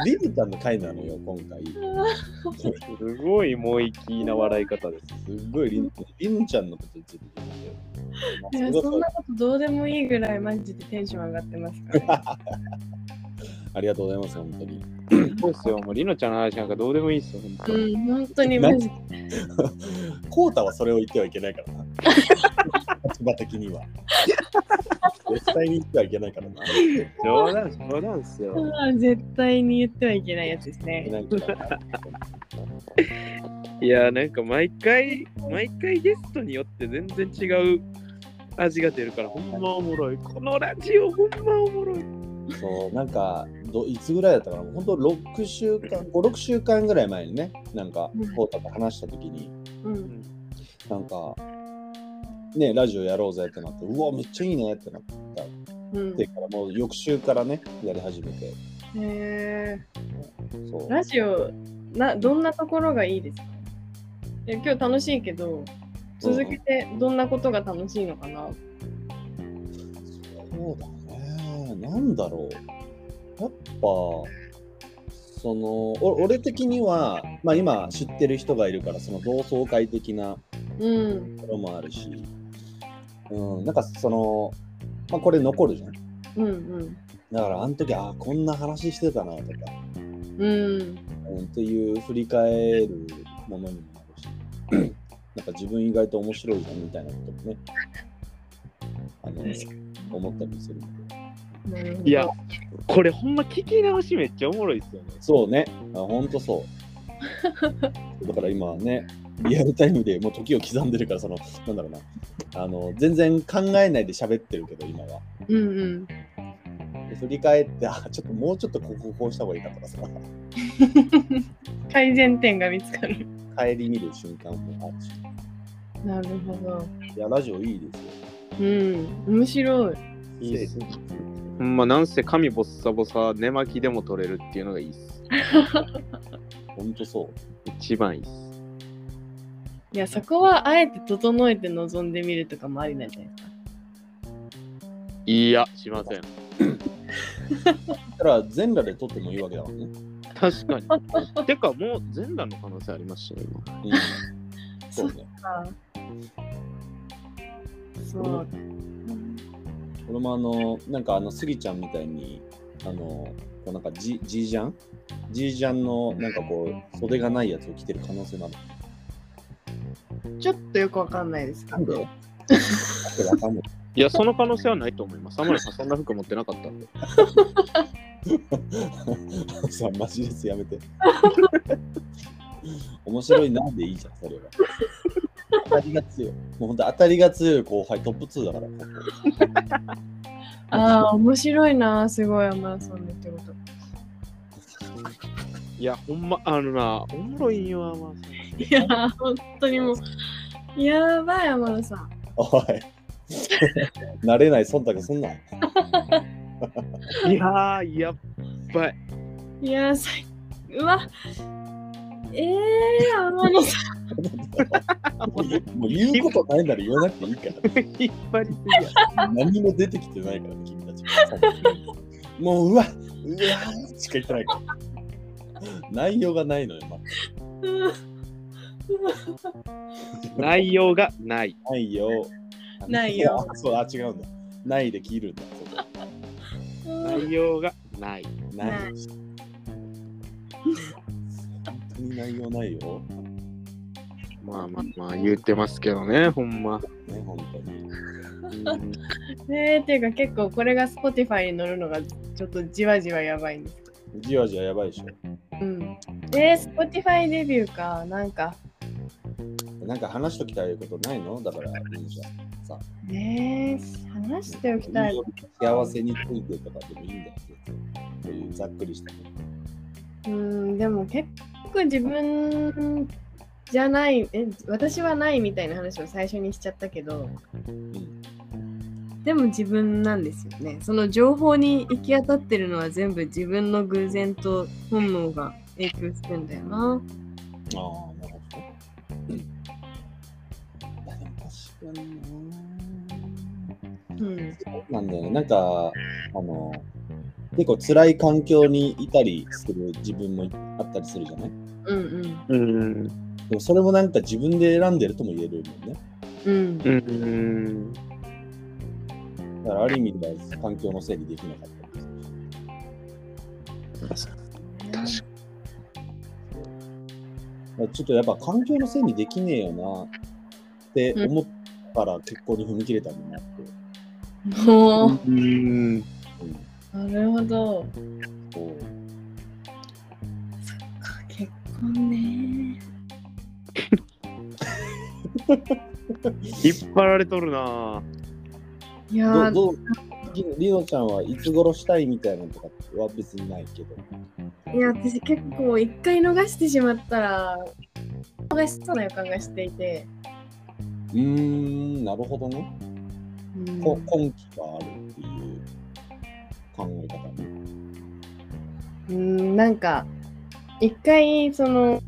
Speaker 2: リズちゃんの回なのよ今回
Speaker 4: すごい萌え気な笑い方です。
Speaker 2: すっごいリンリンちゃんのことについて聞いて
Speaker 3: いや、そんなことどうでもいいぐらいマジでテンション上がってますから。 *laughs*
Speaker 2: ありがとうございます本当に
Speaker 4: そうですよ。もうりのちゃんの話なんかどうでもいいっすよ。本当に
Speaker 3: うん、本当にマジで。
Speaker 2: コータはそれを言ってはいけないから
Speaker 3: *laughs*
Speaker 2: な。立場的には。絶対に言ってはいけないからな。言っ
Speaker 4: 冗談冗談っすよ。
Speaker 3: あー絶対に言ってはいけないやつです
Speaker 2: て
Speaker 3: ね。
Speaker 2: ないからない
Speaker 4: やなんか毎回毎回ゲストによって全然違う味が出るからほんまおもろい。このラジオほんまおもろい。
Speaker 2: そう、なんか、どいつぐらいだったかな、本当6週間、5、6週間ぐらい前にね、なんか
Speaker 3: うん、
Speaker 2: コータと話した時に、
Speaker 3: うん。
Speaker 2: なんか、ね、ラジオやろうぜってなって、うわ、めっちゃいいねってなっ
Speaker 3: うん
Speaker 2: てから、もう翌週からね、やり始めて、
Speaker 3: へ
Speaker 2: そう
Speaker 3: ー。ラジオな、どんなところがいいですかいや今日楽しいけど、続けてどんなことが楽しいのかな、
Speaker 2: そうだね。なんだろう。やっぱ、その、お俺的には、まあ今知ってる人がいるから、その同窓会的な
Speaker 3: うん、
Speaker 2: ところもあるし、うん、なんかその、まあこれ残るじゃん。
Speaker 3: うん、
Speaker 2: だからあの時、ああ、こんな話してたなとか、
Speaker 3: うん。うん。
Speaker 2: うん、っていう振り返るものにもなるし、 *clears throat* なんか自分意外と面白いじゃんみたいなこともね、あの、思ったりもするので。
Speaker 3: なるほど
Speaker 4: いや、これほんま聞き直しめっちゃおもろいっすよね。
Speaker 2: そうね、あ本当そう。
Speaker 1: *laughs*
Speaker 2: だから今ね、リアルタイムでもう時を刻んでるから、その、なんだろうな、あの、全然考えないで喋ってるけど、今は。
Speaker 3: うんうん。
Speaker 2: で振り返って、あ、ちょっともうちょっとこここうした方がいいかとかさ、
Speaker 3: 改善点が見つかる。
Speaker 2: 帰り見る瞬間もあるし。
Speaker 3: なるほど。
Speaker 2: いや、ラジオいいですよ。
Speaker 3: うん、面白い。
Speaker 1: いいっすほんまなんせ髪ボッサボサ寝巻きでも取れるっていうのがいいっす
Speaker 2: ほんとそう。
Speaker 1: 一番いいっす
Speaker 3: いやそこはあえて整えて臨んでみるとかもありなんじゃないですか
Speaker 1: いやしません
Speaker 2: だから全裸で撮ってもいいわけだもんね。
Speaker 1: 確かにてかもう全裸の可能性ありましたね今 *laughs*
Speaker 2: うんそうね。
Speaker 3: そう
Speaker 2: 俺もあの、なんかあの、スギちゃんみたいに、あの、こうなんかジジージャンジージャンのなんかこう、袖がないやつを着てる可能性もある。
Speaker 3: ちょっとよくわかんないですけ
Speaker 2: なんで
Speaker 3: ど
Speaker 2: わけわ *laughs* かんない。
Speaker 1: いやその可能性はないと思いますサムラさんそんな服持ってなかったんで
Speaker 2: さあ、マジですやめて。 *laughs* 面白いなんでいいじゃん、それは。当たりが強い。もう本当当たりが強い後輩トップ2だから。
Speaker 3: ああ面白いなすごい山田さんの言ってること
Speaker 1: いやほんまあのなおもろいんよアマンさん
Speaker 3: いやー本当にもうやばい山田さん
Speaker 2: *laughs* おい。慣れない忖度そんなん。
Speaker 1: いやー、やっばい。
Speaker 3: いやーさいうわええー、天野 *laughs* さ
Speaker 2: もう言うことないなら言わなくていいから、
Speaker 1: 引っ張りすぎや。
Speaker 2: 何も出てきてないから、君たち。もう、うわ、うわ、しか言ってないから。内容がないのよ、ま
Speaker 3: んうん
Speaker 1: 内容がない。
Speaker 2: あ、ないよ。
Speaker 3: ないよ。
Speaker 2: あそう、あ、違うんだ。ないで切るんだ。そこ
Speaker 1: 内容がない。
Speaker 2: ない
Speaker 3: ない。
Speaker 2: 本当に内容ないよ。
Speaker 1: まあまあまあ言ってますけどね、ほんま。
Speaker 2: ね、本当に。
Speaker 1: うん
Speaker 3: えー、っていうか結構これが Spotify に載るのがちょっとじわじわやばいんですけ
Speaker 2: じわじわやばいでしょ。
Speaker 3: どうんえー、Spotify デビューかなんか
Speaker 2: なんか話しときたいことないのだから、忍者。
Speaker 3: ねえ話しておきたい
Speaker 2: 幸せについてとかでもいいんだよ。そういうざっくりしたこと。
Speaker 3: うんでも結局自分じゃないえ私はないみたいな話を最初にしちゃったけど、でも自分なんですよねその情報に行き当たってるのは全部自分の偶然と本能が影響してんだよな
Speaker 2: ああ、なるほど。うんいや、でも確かに
Speaker 3: うん
Speaker 2: な。なんだよね。なんか、あの、結構辛い環境にいたりする自分もあったりするじゃない
Speaker 3: うんうん
Speaker 1: うん。
Speaker 2: でもそれもなんか自分で選んでるとも言えるもんね。
Speaker 3: うん
Speaker 1: うん。
Speaker 2: だからある意味では環境の整理できなかったりする。だからちょっとやっぱ環境のせいにできねえよなって思ったから結婚に踏み切れたんだなって。
Speaker 3: もう
Speaker 1: うん。
Speaker 2: うん
Speaker 3: なるほど
Speaker 2: そう
Speaker 3: 結婚ね
Speaker 1: 引っ張られとるなぁ。
Speaker 3: い
Speaker 2: ど
Speaker 3: やー
Speaker 2: うどうりりのちゃんはいつ頃したいみたいなのとかは別にないけど。
Speaker 3: いや私結構一回逃してしまったら逃しそうな予感がしていて、
Speaker 2: うーんなるほどね。
Speaker 3: うん
Speaker 2: こ根気があるっていう考え方ね。
Speaker 3: うんなんか一回その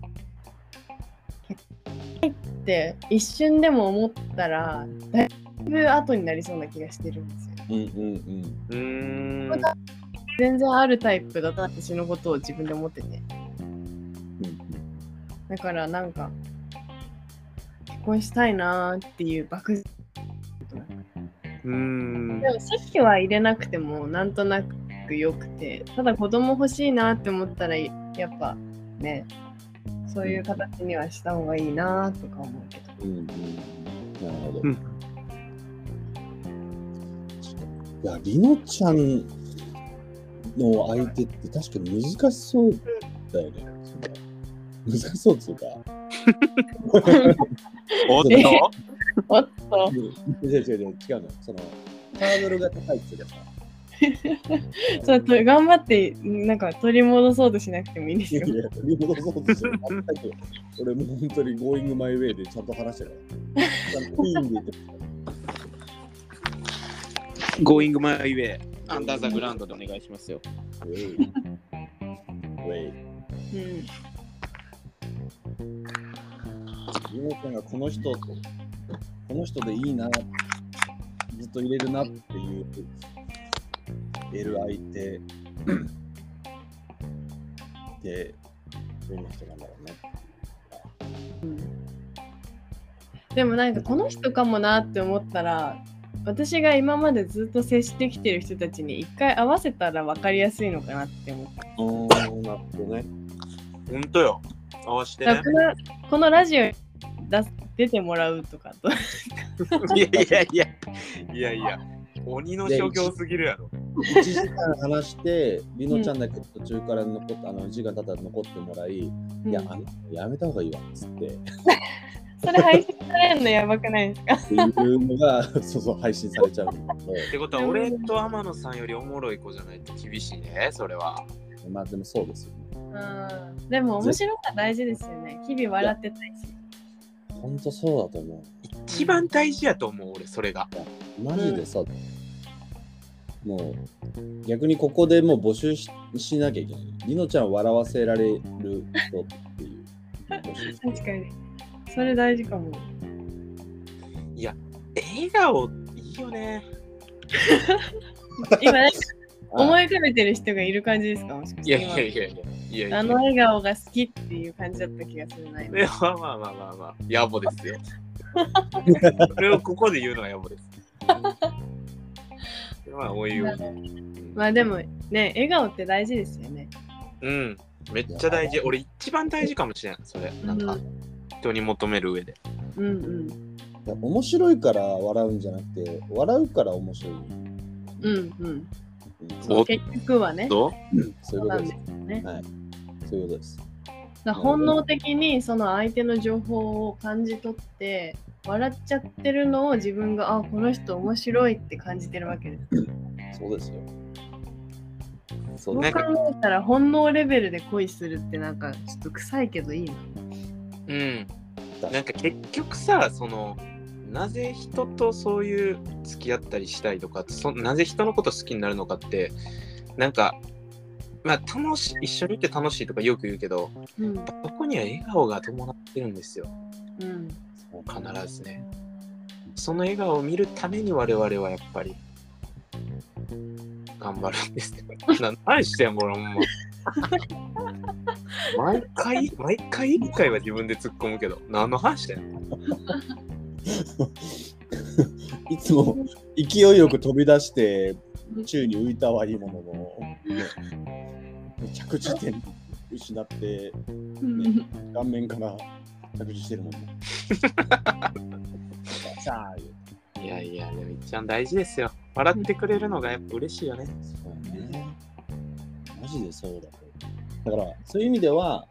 Speaker 3: 結婚って一瞬でも思ったらだいぶ後になりそうな気がしてるんですよ
Speaker 2: うんうん
Speaker 1: うーん。
Speaker 3: 全然あるタイプだった私のことを自分で思ってて
Speaker 2: うん。うん
Speaker 3: だからなんか結婚したいなーっていう漠然
Speaker 1: うん
Speaker 3: で。もさっきは入れなくてもなんとなくよくてただ子供欲しいなって思ったらやっぱねそういう形にはした方がいいなとか思うけど
Speaker 2: うんうん、なるほど。
Speaker 1: うん
Speaker 2: いや、りのちゃんの相手って確かに難しそうだよね。難しそうっていう *laughs* か。
Speaker 1: おっと
Speaker 3: えおっと
Speaker 2: 違う違う違う違うの。そのハードルが高いっていうかさ。
Speaker 3: ちょっと頑張ってなんか取り戻そうとしなくてもいいです
Speaker 2: いや
Speaker 3: よ
Speaker 2: いや、取り戻そうとしてる。全く俺もう本当に Going My Way でちゃんと話してる。ちゃんといいんで言ってる
Speaker 1: Going my way アンダーザグラウンドでお願いしますよ。
Speaker 2: ウェイ。ウェイ。
Speaker 3: うん
Speaker 2: ゆうくんがこの人と、この人でいいな、ずっと入れるなっていう、入れる相手で、どんな人なんだろうね。
Speaker 3: でもなんかこの人かもなって思ったら私が今までずっと接してきてる人たちに一回合わせたら分かりやすいのかなって思った
Speaker 2: うーん、なるほどね。
Speaker 1: ほんとよ。合わせて
Speaker 3: だからこのこのラジオに出す出てもらうとかと
Speaker 1: *laughs* いやいやいや。いやいや。鬼の所業すぎるやろ。
Speaker 2: 1時間話して、りのちゃんだけ途中から残って、あの、1時間経ったら残ってもらい、いや、
Speaker 3: うん
Speaker 2: あの、やめた方がいいわ、つって。
Speaker 3: それ配信されるのやばくないですか
Speaker 2: っていうのが *laughs* そうそう配信されちゃうんだけ
Speaker 1: ってことは、俺と天野さんよりおもろい子じゃないと厳しいね、それは。
Speaker 2: どまあでもそうですよね
Speaker 3: うんでも面白さ大事ですよね日々笑ってたいし
Speaker 2: ほんとそうだと思
Speaker 1: 一番大事やと思う、俺、それが。
Speaker 2: うマジでさ、もう逆にここでもう募集ししなきゃいけないりのちゃんを笑わせられる人っていう募集
Speaker 3: 確かにそれ大事かも
Speaker 1: 笑顔、いいよね。
Speaker 3: 今 *laughs* なんか
Speaker 2: あ
Speaker 3: 思い浮かべてる人がいる感じですかもしか
Speaker 1: い
Speaker 3: し
Speaker 1: や
Speaker 3: て
Speaker 1: いやいやいや。いやい
Speaker 3: 今
Speaker 1: や
Speaker 3: あの笑顔が好きっていう感じだった気がするない
Speaker 1: やまあまあまあまあまあ、野暮です *laughs* よ。それをここで言うのは野暮です。まあ、おいおい。
Speaker 3: まあでもね笑顔って大事ですよね
Speaker 1: うん、めっちゃ大事。俺、一番大事かもしれん、それ。なんか
Speaker 3: う、
Speaker 1: 人に求める上で。
Speaker 3: うんうん
Speaker 2: 面白いから笑うんじゃなくて笑うから面白い、
Speaker 3: うんうん
Speaker 2: うん
Speaker 1: おっ
Speaker 3: 結局はね
Speaker 1: と
Speaker 2: そういうことです
Speaker 3: そうなんですよね
Speaker 2: はいそういうことです
Speaker 3: だから本能的にその相手の情報を感じ取って笑っちゃってるのを自分があこの人面白いって感じてるわけです。
Speaker 2: そうですよそ
Speaker 3: そ
Speaker 2: う
Speaker 3: う考
Speaker 1: ね
Speaker 2: で
Speaker 3: え
Speaker 2: す
Speaker 3: たら本能レベルで恋するってなんかちょっと臭いけどいいな。
Speaker 1: うん。なんか結局さ、その、なぜ人とそういう付き合ったりしたいとか、そなぜ人のこと好きになるのかって、なんか、まあ、楽しい、一緒にいて楽しいとかよく言うけど、
Speaker 3: うん
Speaker 1: そこには笑顔が伴ってるんですよ。
Speaker 3: うん
Speaker 1: 必ずねその笑顔を見るために我々はやっぱり頑張るんです *laughs* な何してんこれほ *laughs* んま毎回毎回一回は自分で突っ込むけど何の話だよ
Speaker 2: いつも勢いよく飛び出して宙に浮いたはいいもののね着地点失って
Speaker 3: うん
Speaker 2: 顔面から着地してるもんね。さあ言う
Speaker 1: いやいやでも一番大事ですよ笑ってくれるのがやっぱ嬉しいよね
Speaker 2: そうね。マジでそうだと。だからそういう意味では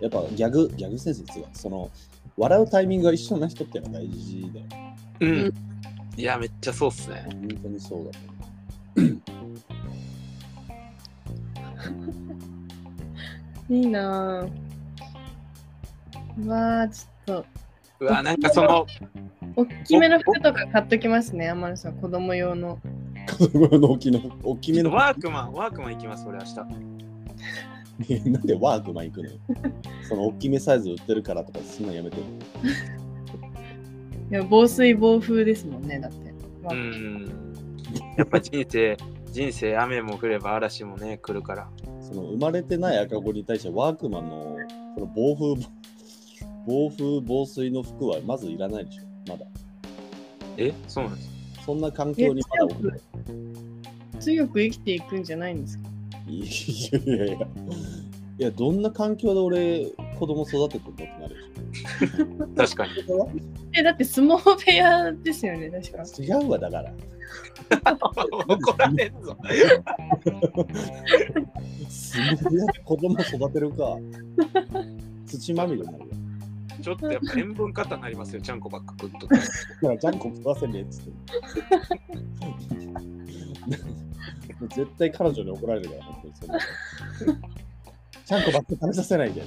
Speaker 2: やっぱギャグギャグセンスがその笑うタイミングが一緒な人ってのは大事だよ。
Speaker 1: うん、
Speaker 3: うん
Speaker 1: いやめっちゃそうっすね
Speaker 2: 本当にそうだと思う。
Speaker 3: いいなぁ。うわあちょっと
Speaker 1: うわなんかその
Speaker 3: 大きめの服とか買っときますね天野さん子供用の。
Speaker 2: 子 *laughs* 供の大きな大きめの
Speaker 1: ワークマンワークマン行きます俺明日
Speaker 2: ね *laughs* なんでワークマン行くのその大きめサイズ売ってるからとかそんなんやめて。
Speaker 3: いや防水防風ですもんねだって。
Speaker 1: うんやっぱ人生人生雨も降れば嵐もね来るから
Speaker 2: その生まれてない赤子に対してワークマンのその暴風暴風防水の服はまずいらないでしょまだ
Speaker 1: えそうなんです
Speaker 2: そんな環境にまだ置く
Speaker 3: 強く生きていくんじゃないんですか
Speaker 2: いやいやいやいやどんな環境で俺子供育ててるのってなるで
Speaker 1: 確かに。
Speaker 2: しょ
Speaker 3: えだって相撲部屋ですよね確か。
Speaker 2: 違うわだから
Speaker 1: *laughs* 怒られんぞ。
Speaker 2: すごいや子供育てる *laughs* か土まみれになるよ
Speaker 1: ちょっとやっぱ塩分過多になりますよ、ちゃんこばっか食っとっ
Speaker 2: だからジャンコ食わせねえっつってもう絶対彼女に怒られるから本当にそんなのジャンコばっか食べさせないで
Speaker 1: *laughs* て。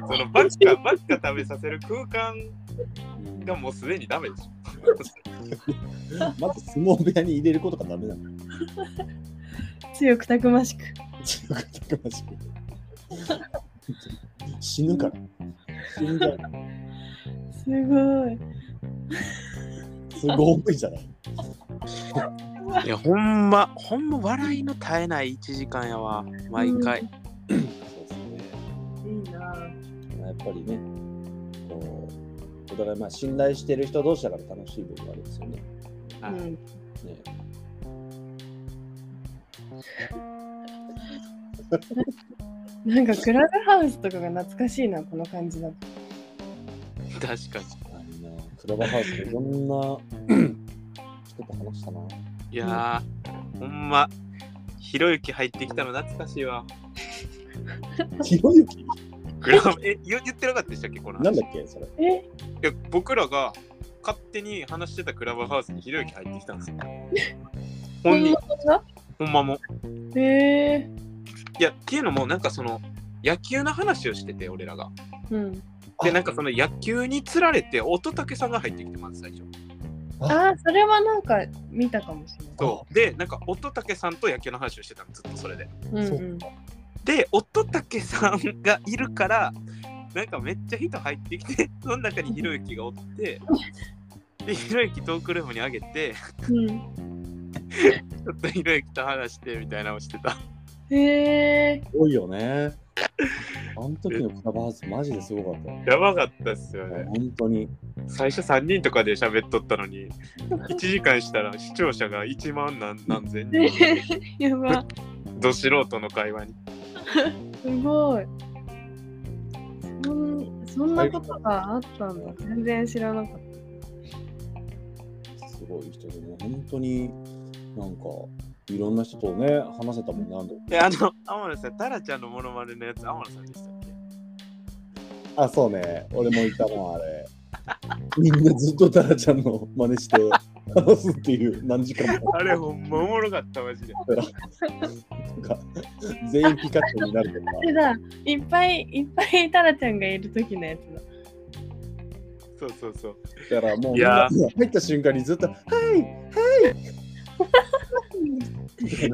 Speaker 1: そのばっかばっか食べさせる空間がもうすでにダメでしょ。
Speaker 2: まず相撲部屋に入れることがダメなの。
Speaker 3: 強くたくましく。
Speaker 2: 強くたくましく。死ぬから。死んじゃう。
Speaker 3: すごい。
Speaker 2: すごいじゃない。
Speaker 1: いや、ほんま、ほんま笑いの絶えない1時間やわ、毎回。
Speaker 2: そうですね。
Speaker 3: いいな。
Speaker 2: まあやっぱりね、こうお互いまあ信頼してる人同士だから楽しい部分はありますよね。
Speaker 3: う
Speaker 1: はい
Speaker 3: ん。
Speaker 2: ね
Speaker 3: なんかクラブハウスとかが懐かしいな、この感じだと。
Speaker 1: 確かに。
Speaker 2: あいいなクラブハウスでいろんな人と話したな。
Speaker 1: いやー、ほんま、ひろゆき入ってきたの懐かしいわ。
Speaker 2: ひろゆき
Speaker 1: グラム、え、言言ってなかったでしたっけ、この話
Speaker 2: なんだっけそれ。
Speaker 3: *laughs* え、
Speaker 1: いや僕らが勝手に話してたクラブハウスにひろゆき入ってきたんです
Speaker 2: *laughs*
Speaker 1: よ。本人、ほんまも。
Speaker 3: ええ
Speaker 1: いや、っていうのも、なんかその、野球の話をしてて、俺らが。
Speaker 3: うん。
Speaker 1: で、なんかその野球につられて、乙武さんが入ってきてます、最初。
Speaker 3: あー、それはなんか見たかもしれない。
Speaker 1: そう。で、なんか乙武さんと野球の話をしてたの、ずっとそれで。
Speaker 3: うん
Speaker 2: そう
Speaker 3: うん。
Speaker 1: で、乙武さんがいるから、なんかめっちゃ人入ってきて、 *laughs* その中にひろゆきがお *laughs* って、で、ひろゆきトークルームに上げて、
Speaker 3: うん。
Speaker 1: ちょっとひろゆきと話してみたいなのをしてた。
Speaker 3: へえ。
Speaker 2: すごいよね。あの時のクラブハウスマジですごかった。
Speaker 1: やばかったっすよね。
Speaker 2: 本当に。
Speaker 1: 最初3人とかで喋っとったの *laughs* に、1時間したら視聴者が1万何何千 *laughs* 人、
Speaker 3: *laughs* やば。
Speaker 1: ど素人の会話に。
Speaker 3: すごい。そんそんなことがあったんだ。全然知らなかっ
Speaker 2: すごい人でも本当になんかいろんな人とね話せたもんねあの時。
Speaker 1: え、あの、天野さん、タラちゃんのモノマネのやつ、天野さんでしたっ
Speaker 2: あ、そうね。俺もいたもん、あれ。みんなずっとタラちゃんの真似して話すっていう何時間も
Speaker 1: けあれ、ほんまおもろかった、マジで。
Speaker 2: なんか全員ピカチュウになるとか
Speaker 3: た。でだ、いっぱいいっぱいタラちゃんがいる時のやつだ。
Speaker 1: そうそうそう。
Speaker 2: だからもう
Speaker 1: いや
Speaker 2: みんな入った瞬間にずっと「はいはい!」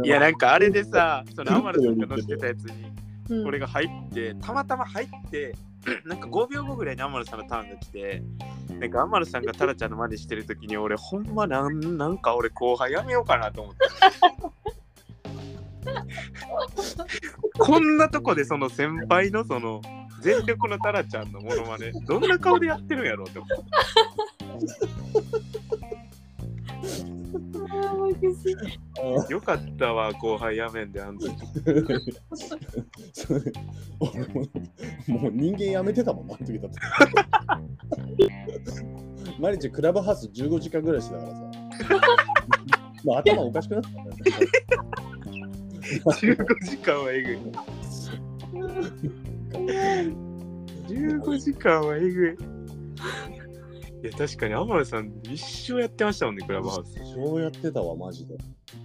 Speaker 1: いや、なんかあれでさ、その天野さんが載してたやつに、
Speaker 3: うん、
Speaker 1: 俺が入って、たまたま入って、 *clears throat* なんか5秒後ぐらいに天野さんのターンが来て、なんか天野さんがタラちゃんの真似してる時に、俺、ほんまなん、なんか俺、後輩やめようかなと思って。 *laughs* こんなとこでその先輩のその全力のタラちゃんのモノマネどんな顔でやってるんやろうって思って
Speaker 3: あー美味しい
Speaker 1: よかったわ後輩やめんであん時
Speaker 2: それ俺ももう人間やめてたもんなあの時だって
Speaker 1: *laughs*
Speaker 2: 毎日クラブハウス15時間ぐらいしてたからさもう頭おかしくなってたからね
Speaker 1: 15時間はえぐい15時間はえぐいいや確かに天野さん一生やってましたもんねクラブハウス
Speaker 2: そうやってたわマジで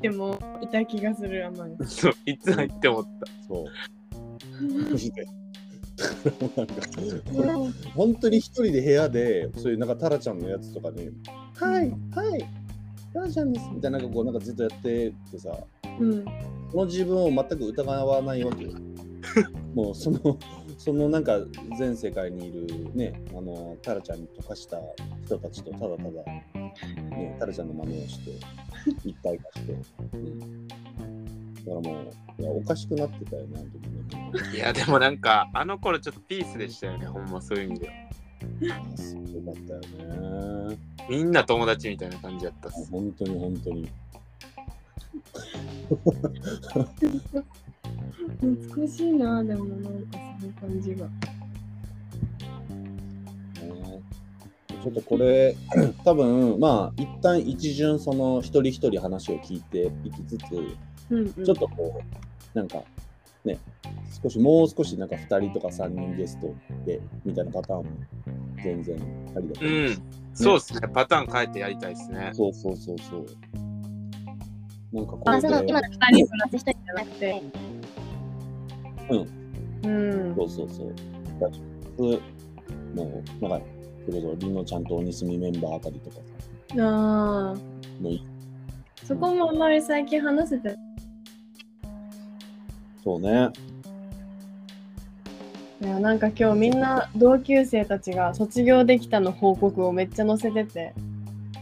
Speaker 3: でもいた気がするあまり。
Speaker 1: そういつ入って思っ
Speaker 2: そうマジでなんか俺本当に一人で部屋でそういうなんかタラちゃんのやつとかに「はいはいタラちゃんです」みたいななんかこうなんかずっとやっててさ
Speaker 3: うん。
Speaker 2: この自分を全く疑わないわけよ。もうそのそのなんか全世界にいるねあのタラちゃんに溶かした人たちとただただ、ね、タラちゃんの真似をして一体化して、うん、だからもういやおかしくなってたよねあの時ね
Speaker 1: たいやでもなんかあの頃ちょっとピースでしたよねほんまそういう意味では
Speaker 2: すごかったよね
Speaker 1: みんな友達みたいな感じやったっす
Speaker 2: 本当に本当に
Speaker 3: 懐かしいなでもなんかその感じが。
Speaker 2: ねちょっとこれ *clears throat* 多分まあ一旦一巡その一人一人話を聞いていきつつ
Speaker 3: うんうん。
Speaker 2: ちょっとこうなんかね少しもう少しなんか2人とか3人ゲストでみたいなパターンも全然ありだと
Speaker 1: う
Speaker 2: 思
Speaker 1: んそうっすねパターン変えてやりたいっすね
Speaker 2: う、そうそうそうそうなんかこ
Speaker 3: あ
Speaker 2: れ
Speaker 3: そ
Speaker 2: で
Speaker 3: の今の二人プラス一人じゃなくて。うん。うん
Speaker 2: そうそうそう。もう、なんか、それこそりのちゃんと鬼住メンバーあたりとか
Speaker 3: ああ。
Speaker 2: の
Speaker 3: そこもあんまり最近話せて
Speaker 2: そうね
Speaker 3: いやなんか今日みんな同級生たちが卒業できたの報告をめっちゃ載せてて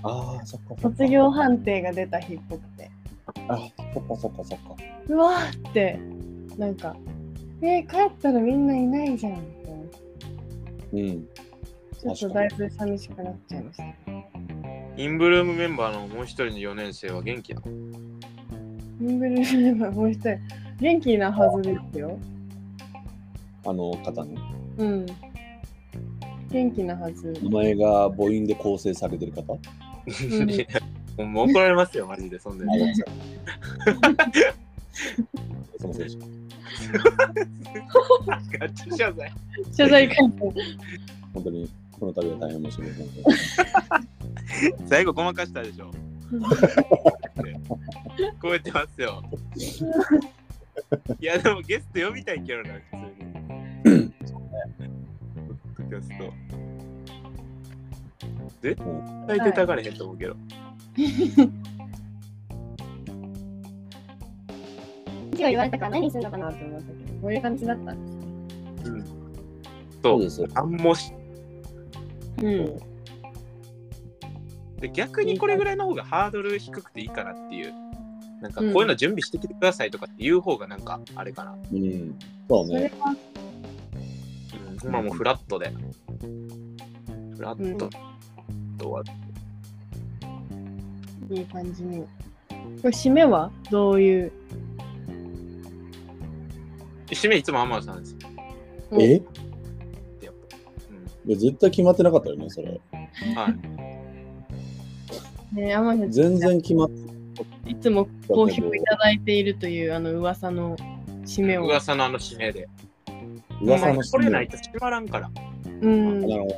Speaker 2: ああそっかそっか
Speaker 3: 卒業判定が出た日っぽくて
Speaker 2: あそっかそっかそっか
Speaker 3: うわーってなんかえー、帰ったらみんないないじゃんって思って
Speaker 2: うん
Speaker 3: ちょっとだいぶ寂しくなっちゃいました
Speaker 1: インブルームメンバーのもう一人の4年生は元気なの
Speaker 3: イングルームはもう一人元気なはずですよ
Speaker 2: あの方ね
Speaker 3: うん元気なは
Speaker 2: *laughs*
Speaker 3: ず
Speaker 2: 名前が母音で構成されてる方
Speaker 3: ん
Speaker 1: いやもう怒られますよ、マジで、そんで。
Speaker 2: 長瀬さんその選手
Speaker 1: *laughs* ガチ謝罪。
Speaker 3: 謝罪会見
Speaker 2: 本当にこの度は大変申し訳ない
Speaker 1: 最後、ごまかしたでしょ。超えてます *laughs* よ。いや、でもゲスト呼びたいけどな、普通に。ゲスト。絶対出たがれへんと思うけど。
Speaker 3: 今日言われたから何するのかなと思ったけどこういう感じだったんですね
Speaker 2: そ
Speaker 1: そうう。
Speaker 2: ですよ
Speaker 1: 何もし
Speaker 3: うん
Speaker 1: で逆にこれぐらいの方がハードル低くていいかなっていう。なんかこういうの準備してきてくださいとかって言う方がなんかあれかな。
Speaker 2: うんそう
Speaker 3: それ
Speaker 2: ね
Speaker 3: は
Speaker 1: うん、今もうフラットで。フラットとは、
Speaker 3: いい感じに。これ締めはどういう
Speaker 1: 締めいつも天野さんですよ。
Speaker 2: え
Speaker 1: やっぱ
Speaker 2: いや絶対決まってなかったよねそれ
Speaker 1: うんはい、
Speaker 3: ね天野さ
Speaker 2: 全然決まって
Speaker 3: んいつも好評いただいているというあの噂の締めを。
Speaker 1: 噂のあの締めで。
Speaker 2: 噂の
Speaker 1: これないと閉まらんから。
Speaker 3: うん。
Speaker 2: なるほど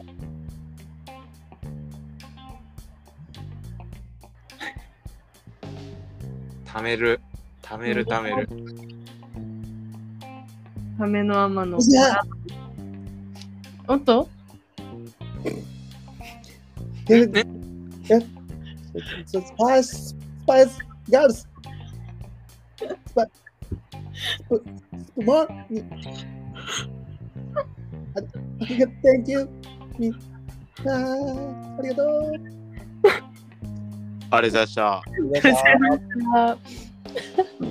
Speaker 1: 貯める。貯める貯める。
Speaker 3: ための天野。
Speaker 2: いや
Speaker 3: おっと
Speaker 2: ええスパイス、スパイス、ガールス。スパイス、スマーに。あありがとう、Thank you. みあーありがとう。
Speaker 1: あれざした。
Speaker 3: *laughs*
Speaker 2: ありがとう
Speaker 3: あ